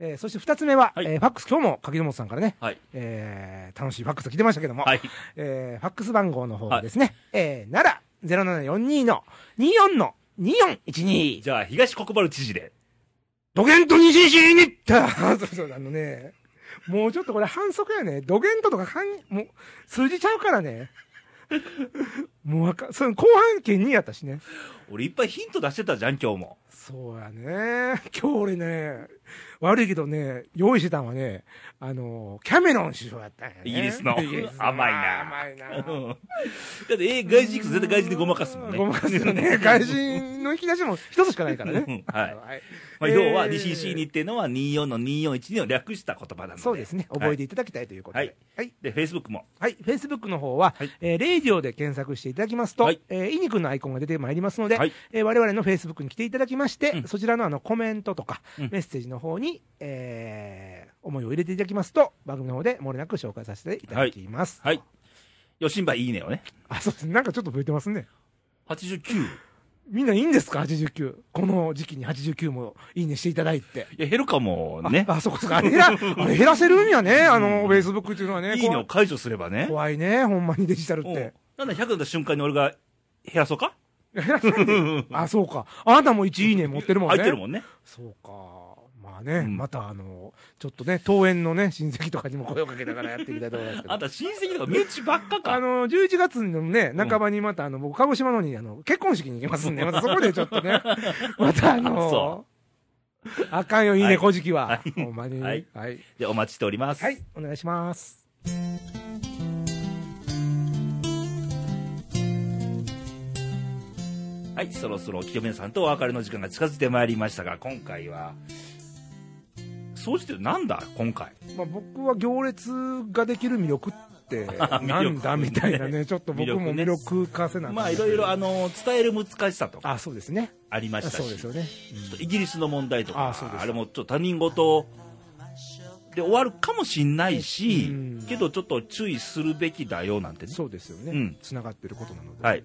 [SPEAKER 2] えーそして二つ目は、
[SPEAKER 1] はい
[SPEAKER 2] えーファックス今日も柿本さんからね、
[SPEAKER 1] はい。
[SPEAKER 2] えー楽しいファックス来てましたけども、
[SPEAKER 1] はい。
[SPEAKER 2] えーファックス番号の方ですね。えー、なら、0742の24の2412。
[SPEAKER 1] じゃあ、東国原知事で。
[SPEAKER 2] ドゲント西西にった そうそう、あのね、もうちょっとこれ反則やね。ドゲントとかかん、もう、数字ちゃうからね。もうあかん、その後半圏2やったしね。
[SPEAKER 1] 俺いっぱいヒント出してたじゃん、今日も。
[SPEAKER 2] そうやね。今日俺ね、悪いけどね、用意してたんはね、あの、キャメロン首相やったんやね。
[SPEAKER 1] イギリスの
[SPEAKER 2] イギリスの
[SPEAKER 1] 甘いな
[SPEAKER 2] 甘い
[SPEAKER 1] うん
[SPEAKER 2] な。
[SPEAKER 1] だって、えー、外人行く と絶対外人でごまかすもんね。
[SPEAKER 2] ごまかすよ ね。外人の引き出しも一つしかないから
[SPEAKER 1] う
[SPEAKER 2] ね
[SPEAKER 1] ん。 はい
[SPEAKER 2] い。
[SPEAKER 1] まあ、要は
[SPEAKER 2] えー
[SPEAKER 1] DCC にっていうのは24の2412を略した言葉なので。
[SPEAKER 2] そうですね。覚えていただきたいということ
[SPEAKER 1] はい
[SPEAKER 2] で。はい。
[SPEAKER 1] で、Facebook も。
[SPEAKER 2] はい。Facebook の方は
[SPEAKER 1] はい、
[SPEAKER 2] えーレイディオで検索していただきますと
[SPEAKER 1] はい、
[SPEAKER 2] えーイニ君のアイコンが出てまいりますので
[SPEAKER 1] はい、
[SPEAKER 2] えー我々の Facebook に来ていただきまし
[SPEAKER 1] う
[SPEAKER 2] て、
[SPEAKER 1] ん
[SPEAKER 2] そちらのあのコメントとか、
[SPEAKER 1] うん
[SPEAKER 2] メッセージの方に、えー思いを入れていただきますと、番組の方で漏れなく紹介させていただきます。
[SPEAKER 1] はい。よしんばいいねをね。
[SPEAKER 2] あ、そうですね。なんかちょっと増えてますね。
[SPEAKER 1] 89。
[SPEAKER 2] みんないいんですか ?89。この時期に89もいいねしていただいて。
[SPEAKER 1] いや、減るかもね。
[SPEAKER 2] あ、そうかそうか。あれ減ら、あれ減らせるんやね。あの、フェイスブックっていうのはね。
[SPEAKER 1] いいねを解除すればね。
[SPEAKER 2] 怖いね。ほんまにデジタルっ
[SPEAKER 1] うん
[SPEAKER 2] て。
[SPEAKER 1] なんだ、100だった瞬間に俺が減らそうか
[SPEAKER 2] 減らせないねあ、そうか。あなたも1いいね持ってるもんね。
[SPEAKER 1] 入ってるもんね。
[SPEAKER 2] そうか。まあね、
[SPEAKER 1] ん
[SPEAKER 2] またあの、ちょっとね、登園のね、親戚とかにも声をかけながらやっていきたいと思いますけ
[SPEAKER 1] あ
[SPEAKER 2] ど
[SPEAKER 1] ん。た親戚とか身内ばっか
[SPEAKER 2] あ
[SPEAKER 1] か。
[SPEAKER 2] の、11月のね、半ばにまた、あの、僕、鹿児島の方に、あの、結婚式に行きますんで、またそこでちょっ とね、またあ
[SPEAKER 1] あそ
[SPEAKER 2] の、あかんよ、いい
[SPEAKER 1] はい
[SPEAKER 2] ね、古事記は
[SPEAKER 1] は。い
[SPEAKER 2] ほんまに。
[SPEAKER 1] は
[SPEAKER 2] はいい。はい。
[SPEAKER 1] で、お待ちしております。
[SPEAKER 2] お願いします。
[SPEAKER 1] はい、そろそろ清宮さんとお別れの時間が近づいてまいりましたが、今回は、総じてなんだ今回。
[SPEAKER 2] まあ、僕は行列ができる魅力 って、
[SPEAKER 1] 力ね
[SPEAKER 2] なんだみたいなね、ちょっと僕も
[SPEAKER 1] 魅
[SPEAKER 2] 魅力化せな
[SPEAKER 1] まあ、いろいろ、あの、伝える難しさとか
[SPEAKER 2] あ、そうですね。
[SPEAKER 1] ありましたし、
[SPEAKER 2] そうですよね。
[SPEAKER 1] ちょっとイギリスの問題とか、
[SPEAKER 2] あそうです
[SPEAKER 1] あれもちょっと他人事で終わるかもしんないし、
[SPEAKER 2] うん
[SPEAKER 1] けどちょっと注意するべきだよなんてね。
[SPEAKER 2] そうですよ
[SPEAKER 1] う
[SPEAKER 2] ね
[SPEAKER 1] ん。
[SPEAKER 2] つながってることなので。
[SPEAKER 1] はい。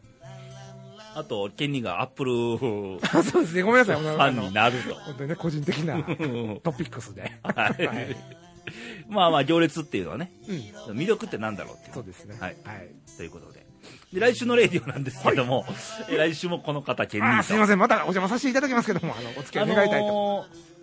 [SPEAKER 1] あと、ケニーがアップルフ
[SPEAKER 2] あ そうですね。ごめん なさい。
[SPEAKER 1] ァ
[SPEAKER 2] あ
[SPEAKER 1] ン
[SPEAKER 2] の
[SPEAKER 1] に、なる
[SPEAKER 2] 本当にね、個人的な
[SPEAKER 1] と。うん
[SPEAKER 2] トピックスで。
[SPEAKER 1] は
[SPEAKER 2] はいい。
[SPEAKER 1] まあまあ、行列っていうのはね、
[SPEAKER 2] うん。
[SPEAKER 1] 魅力ってなんだろうっていう
[SPEAKER 2] そうですね。
[SPEAKER 1] はい
[SPEAKER 2] はい。
[SPEAKER 1] ということで。で、来週のレイディオなんですけども、え来週もこの方、ケニー
[SPEAKER 2] あ
[SPEAKER 1] と
[SPEAKER 2] ーすいません、またお邪魔させていただきますけども、あの、お付き合い願いたいと。
[SPEAKER 1] あのー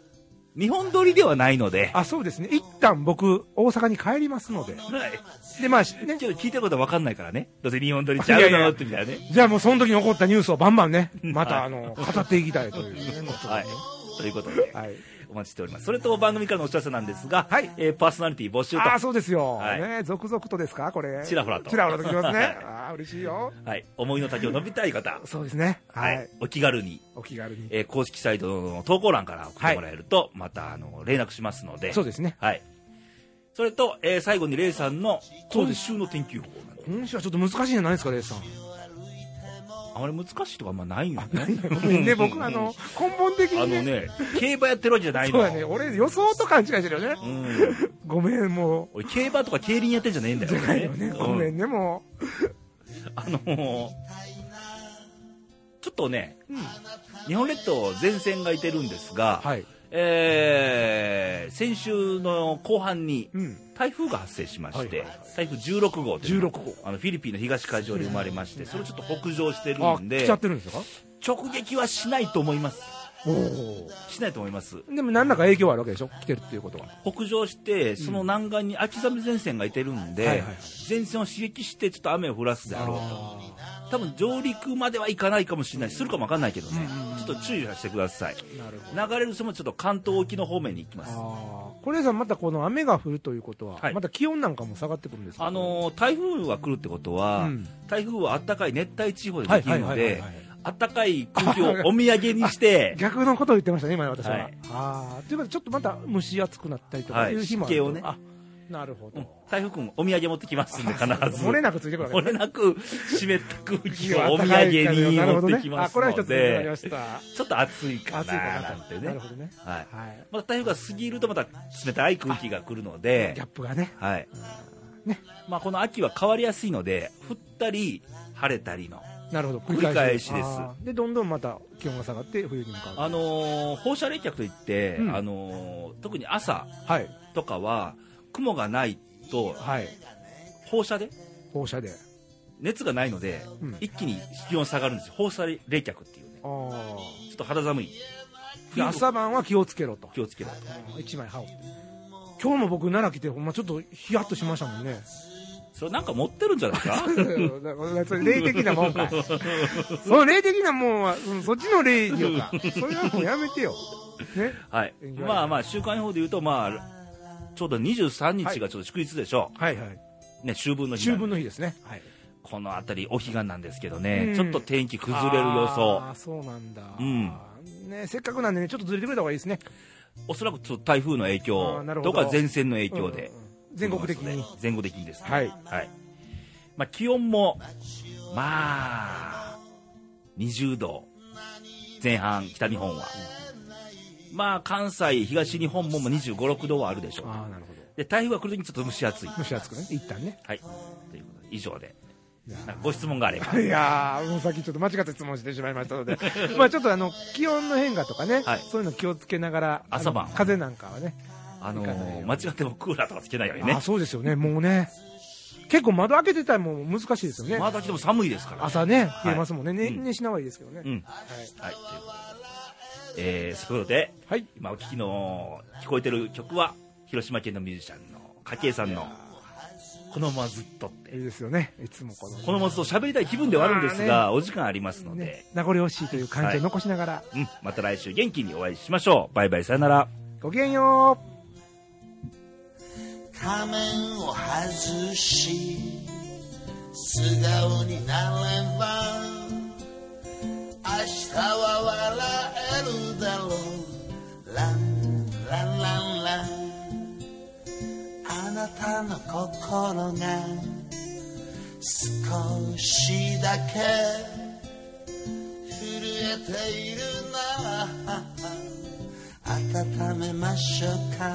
[SPEAKER 1] 日本撮りではないので、
[SPEAKER 2] あ、そうですね。一旦僕、大阪に帰りますので。
[SPEAKER 1] はい。
[SPEAKER 2] で、まあ、ね。
[SPEAKER 1] けど聞いてることは分かんないからね。どうせ日本撮りちゃう
[SPEAKER 2] いやい
[SPEAKER 1] の
[SPEAKER 2] や
[SPEAKER 1] ってみたいなね。
[SPEAKER 2] じゃあもうその時に起こったニュースをバンバンね、ま
[SPEAKER 1] は
[SPEAKER 2] た
[SPEAKER 1] い
[SPEAKER 2] あの、語っていきたいというね。
[SPEAKER 1] はい。ということで、
[SPEAKER 2] はい。
[SPEAKER 1] お待ちしております。それと番組からのお知らせなんですが、
[SPEAKER 2] はい
[SPEAKER 1] えーパーソナリティ募集と。
[SPEAKER 2] ああ、そうですよ。
[SPEAKER 1] はい
[SPEAKER 2] ね、続々とですかこれ。
[SPEAKER 1] ちらほらと
[SPEAKER 2] ちらほらと来ますね。 ああ、嬉しいよ。。
[SPEAKER 1] はい。思いの丈を伸びたい方
[SPEAKER 2] そうですね。
[SPEAKER 1] は。
[SPEAKER 2] はいい。
[SPEAKER 1] お気軽に、
[SPEAKER 2] お気軽に。
[SPEAKER 1] えー公式サイトの投稿欄から送ってもらえると、また、あの、連絡しますので。
[SPEAKER 2] そうですね。
[SPEAKER 1] はい。それと、えー最後にレイさんの今週の天気予報なんで
[SPEAKER 2] 今週はちょっと難しいんじゃないですか、レイさん。
[SPEAKER 1] あれ難しいとかあんまないよね。
[SPEAKER 2] ね、僕、あの、根本的
[SPEAKER 1] あの
[SPEAKER 2] にね。
[SPEAKER 1] ね、競馬やってるわけじゃないの。
[SPEAKER 2] そうだね。俺、予想と勘違いしてるよ
[SPEAKER 1] う
[SPEAKER 2] ね。
[SPEAKER 1] ん。
[SPEAKER 2] ごめん、も
[SPEAKER 1] 俺、競馬とか競輪やってんじゃねえんだよ。
[SPEAKER 2] う。ね、 ごめ
[SPEAKER 1] うん
[SPEAKER 2] ね、も
[SPEAKER 1] あのーちょっとね、日本列島前線がいてるんですが、
[SPEAKER 2] う。はい。
[SPEAKER 1] えー先週の後半に
[SPEAKER 2] うん。
[SPEAKER 1] 台風が発生しまして、
[SPEAKER 2] はいはい
[SPEAKER 1] 台風16号というのが
[SPEAKER 2] 16号
[SPEAKER 1] あのフィリピンの東海上に生まれまして、それをちょっと北上してる
[SPEAKER 2] あ、
[SPEAKER 1] ん
[SPEAKER 2] 来
[SPEAKER 1] で
[SPEAKER 2] ちゃってるんですか
[SPEAKER 1] 直撃はしないと思います
[SPEAKER 2] おお。
[SPEAKER 1] しないと思います
[SPEAKER 2] でも、何らか影響はあるわけでしょ来てるっていうことは。
[SPEAKER 1] 北上してその南岸に秋雨前線がいてるんで、
[SPEAKER 2] はいはいはい
[SPEAKER 1] 前線を刺激してちょっと雨を降らすであろうと
[SPEAKER 2] あ
[SPEAKER 1] 多分上陸まではいかないかもしれないするかもわかんないけどね、
[SPEAKER 2] うんうんうん
[SPEAKER 1] ちょっと注意はしてください
[SPEAKER 2] ーなるほど。
[SPEAKER 1] 流れるそもちょっと関東沖の方面に行きます
[SPEAKER 2] ああ。これさん、またこの雨が降るということは、
[SPEAKER 1] はい
[SPEAKER 2] また気温なんかも下がってくるんですか
[SPEAKER 1] あ、のー台風が来るってことは、
[SPEAKER 2] うん
[SPEAKER 1] 台風は暖かい熱帯地方で
[SPEAKER 2] はい
[SPEAKER 1] でき
[SPEAKER 2] は
[SPEAKER 1] る
[SPEAKER 2] いは
[SPEAKER 1] の
[SPEAKER 2] いはい
[SPEAKER 1] で
[SPEAKER 2] はい。
[SPEAKER 1] 暖かい空気をお土産にして、
[SPEAKER 2] 逆のことを言ってましたね、今ね私は。
[SPEAKER 1] はい
[SPEAKER 2] ああ。ということで、ちょっとまた蒸し暑くなったりとか
[SPEAKER 1] はい
[SPEAKER 2] いう日もあ
[SPEAKER 1] 湿気
[SPEAKER 2] ると、
[SPEAKER 1] をね
[SPEAKER 2] あ、なるほど。
[SPEAKER 1] うん台風君お土産持ってきますんで必ず
[SPEAKER 2] 漏れなくついてくるわ
[SPEAKER 1] 漏
[SPEAKER 2] け
[SPEAKER 1] れ
[SPEAKER 2] ね。
[SPEAKER 1] なく湿った空気をお土
[SPEAKER 2] 暖
[SPEAKER 1] 産
[SPEAKER 2] かい
[SPEAKER 1] に
[SPEAKER 2] からよなる
[SPEAKER 1] 持
[SPEAKER 2] ほどね
[SPEAKER 1] ってきま
[SPEAKER 2] あ
[SPEAKER 1] す
[SPEAKER 2] これは一
[SPEAKER 1] の
[SPEAKER 2] つになり
[SPEAKER 1] で
[SPEAKER 2] ま した。
[SPEAKER 1] ちょっと暑いか
[SPEAKER 2] 暑いか
[SPEAKER 1] な
[SPEAKER 2] な
[SPEAKER 1] なんて
[SPEAKER 2] と。な
[SPEAKER 1] ね
[SPEAKER 2] るほどね。
[SPEAKER 1] はい
[SPEAKER 2] はい。
[SPEAKER 1] また台風が過ぎるとまた冷たい空気が来るので
[SPEAKER 2] ギャップがね。
[SPEAKER 1] はい
[SPEAKER 2] ね
[SPEAKER 1] まあ、この秋は変わりやすいので降ったり晴れたりの、
[SPEAKER 2] なるほど。
[SPEAKER 1] 繰り返しです
[SPEAKER 2] あーで、どんどんまた気温が下がって冬に向かう。
[SPEAKER 1] あのー放射冷却といって、
[SPEAKER 2] うん
[SPEAKER 1] あのー特に朝
[SPEAKER 2] はい。
[SPEAKER 1] とかは雲がないと
[SPEAKER 2] はい。
[SPEAKER 1] 放射で
[SPEAKER 2] 放射で。
[SPEAKER 1] 熱がないので、
[SPEAKER 2] うん
[SPEAKER 1] 一気に気温下がるんですよ放射冷却っていうね
[SPEAKER 2] ああ。
[SPEAKER 1] ちょっと肌寒い
[SPEAKER 2] で朝晩は気をつけろと。
[SPEAKER 1] 気をつけろ
[SPEAKER 2] うん一枚羽織って。今日も僕奈良来て、ほんまちょっとヒヤッとしましたも んね。
[SPEAKER 1] それなんか持ってるんじゃないか
[SPEAKER 2] うんだからそれ霊的な もんかい。その霊的なもんは、うんそっちの霊よか。それはもうやめてよ。ね。
[SPEAKER 1] はいまあまあ週間予報で言うとまあちょうど23日がちょっと祝日でしょう、
[SPEAKER 2] はいはい。
[SPEAKER 1] ね秋分の日
[SPEAKER 2] 秋
[SPEAKER 1] なんで
[SPEAKER 2] 分の日ですね。はい。
[SPEAKER 1] この辺りお彼岸なんですけどね、
[SPEAKER 2] うん
[SPEAKER 1] ちょっと天気崩れる予想
[SPEAKER 2] ああ、そうなんだ。
[SPEAKER 1] うん
[SPEAKER 2] ね、せっかくなんでね、ちょっとずれてくれた方がいいですね。
[SPEAKER 1] おそらくちょっと台風の影
[SPEAKER 2] あー
[SPEAKER 1] 響
[SPEAKER 2] なるほ
[SPEAKER 1] と
[SPEAKER 2] ど
[SPEAKER 1] か前線の影響で
[SPEAKER 2] うんうんうん全国的に。
[SPEAKER 1] 全国的にですね
[SPEAKER 2] はい
[SPEAKER 1] まあ、気温もまあ20度前半北日本は、まあ関西東日本も2 5 6度はあるでしょう
[SPEAKER 2] ああ、なるほど。
[SPEAKER 1] で台風が来るときにちょっと蒸し暑い
[SPEAKER 2] 蒸し暑くね。一旦ね。
[SPEAKER 1] はいということで以上で
[SPEAKER 2] いやー
[SPEAKER 1] なんかご質問があれば
[SPEAKER 2] いやー、もうさっきちょっと間違った質問してしまいましたの で、まあちょっとあの、気温の変化とかね、
[SPEAKER 1] はい
[SPEAKER 2] そういうの気をつけながら、あの
[SPEAKER 1] 朝晩
[SPEAKER 2] 風邪なんかはね、
[SPEAKER 1] あの
[SPEAKER 2] いかない
[SPEAKER 1] ー
[SPEAKER 2] よ
[SPEAKER 1] 間違ってもクーラーとかつけないようにね
[SPEAKER 2] あそうですよね、もうね、結構窓開けてたらもう難しいですよね、
[SPEAKER 1] まだ来ても寒いですから
[SPEAKER 2] 朝ね、冷えますもんね、ね
[SPEAKER 1] うん
[SPEAKER 2] 寝しながらいいですけどね、
[SPEAKER 1] うん
[SPEAKER 2] はい、
[SPEAKER 1] はい、ということで、えー、そういうことで、
[SPEAKER 2] はい
[SPEAKER 1] 今お聞きの、聞こえてる曲は、広島県のミュージシャンの、かけいさんの、このままずっとっ
[SPEAKER 2] いい
[SPEAKER 1] て、
[SPEAKER 2] ですよね、いつもこの、
[SPEAKER 1] このままずっと喋りたい気分ではあるんですが、お時間ありますので、
[SPEAKER 2] ね、名残惜しいという感じを残しながら、
[SPEAKER 1] うん、また来週元気にお会いしましょう。バイバイ、さよなら。
[SPEAKER 2] ごきげんよう。
[SPEAKER 3] 仮面を外し素顔になれば明日は笑えるだろうランランランランあなたの心が少しだけ震えているなら温めましょうか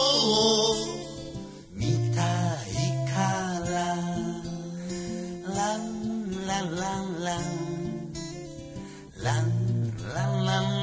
[SPEAKER 3] を見たいからランランランランランランランラン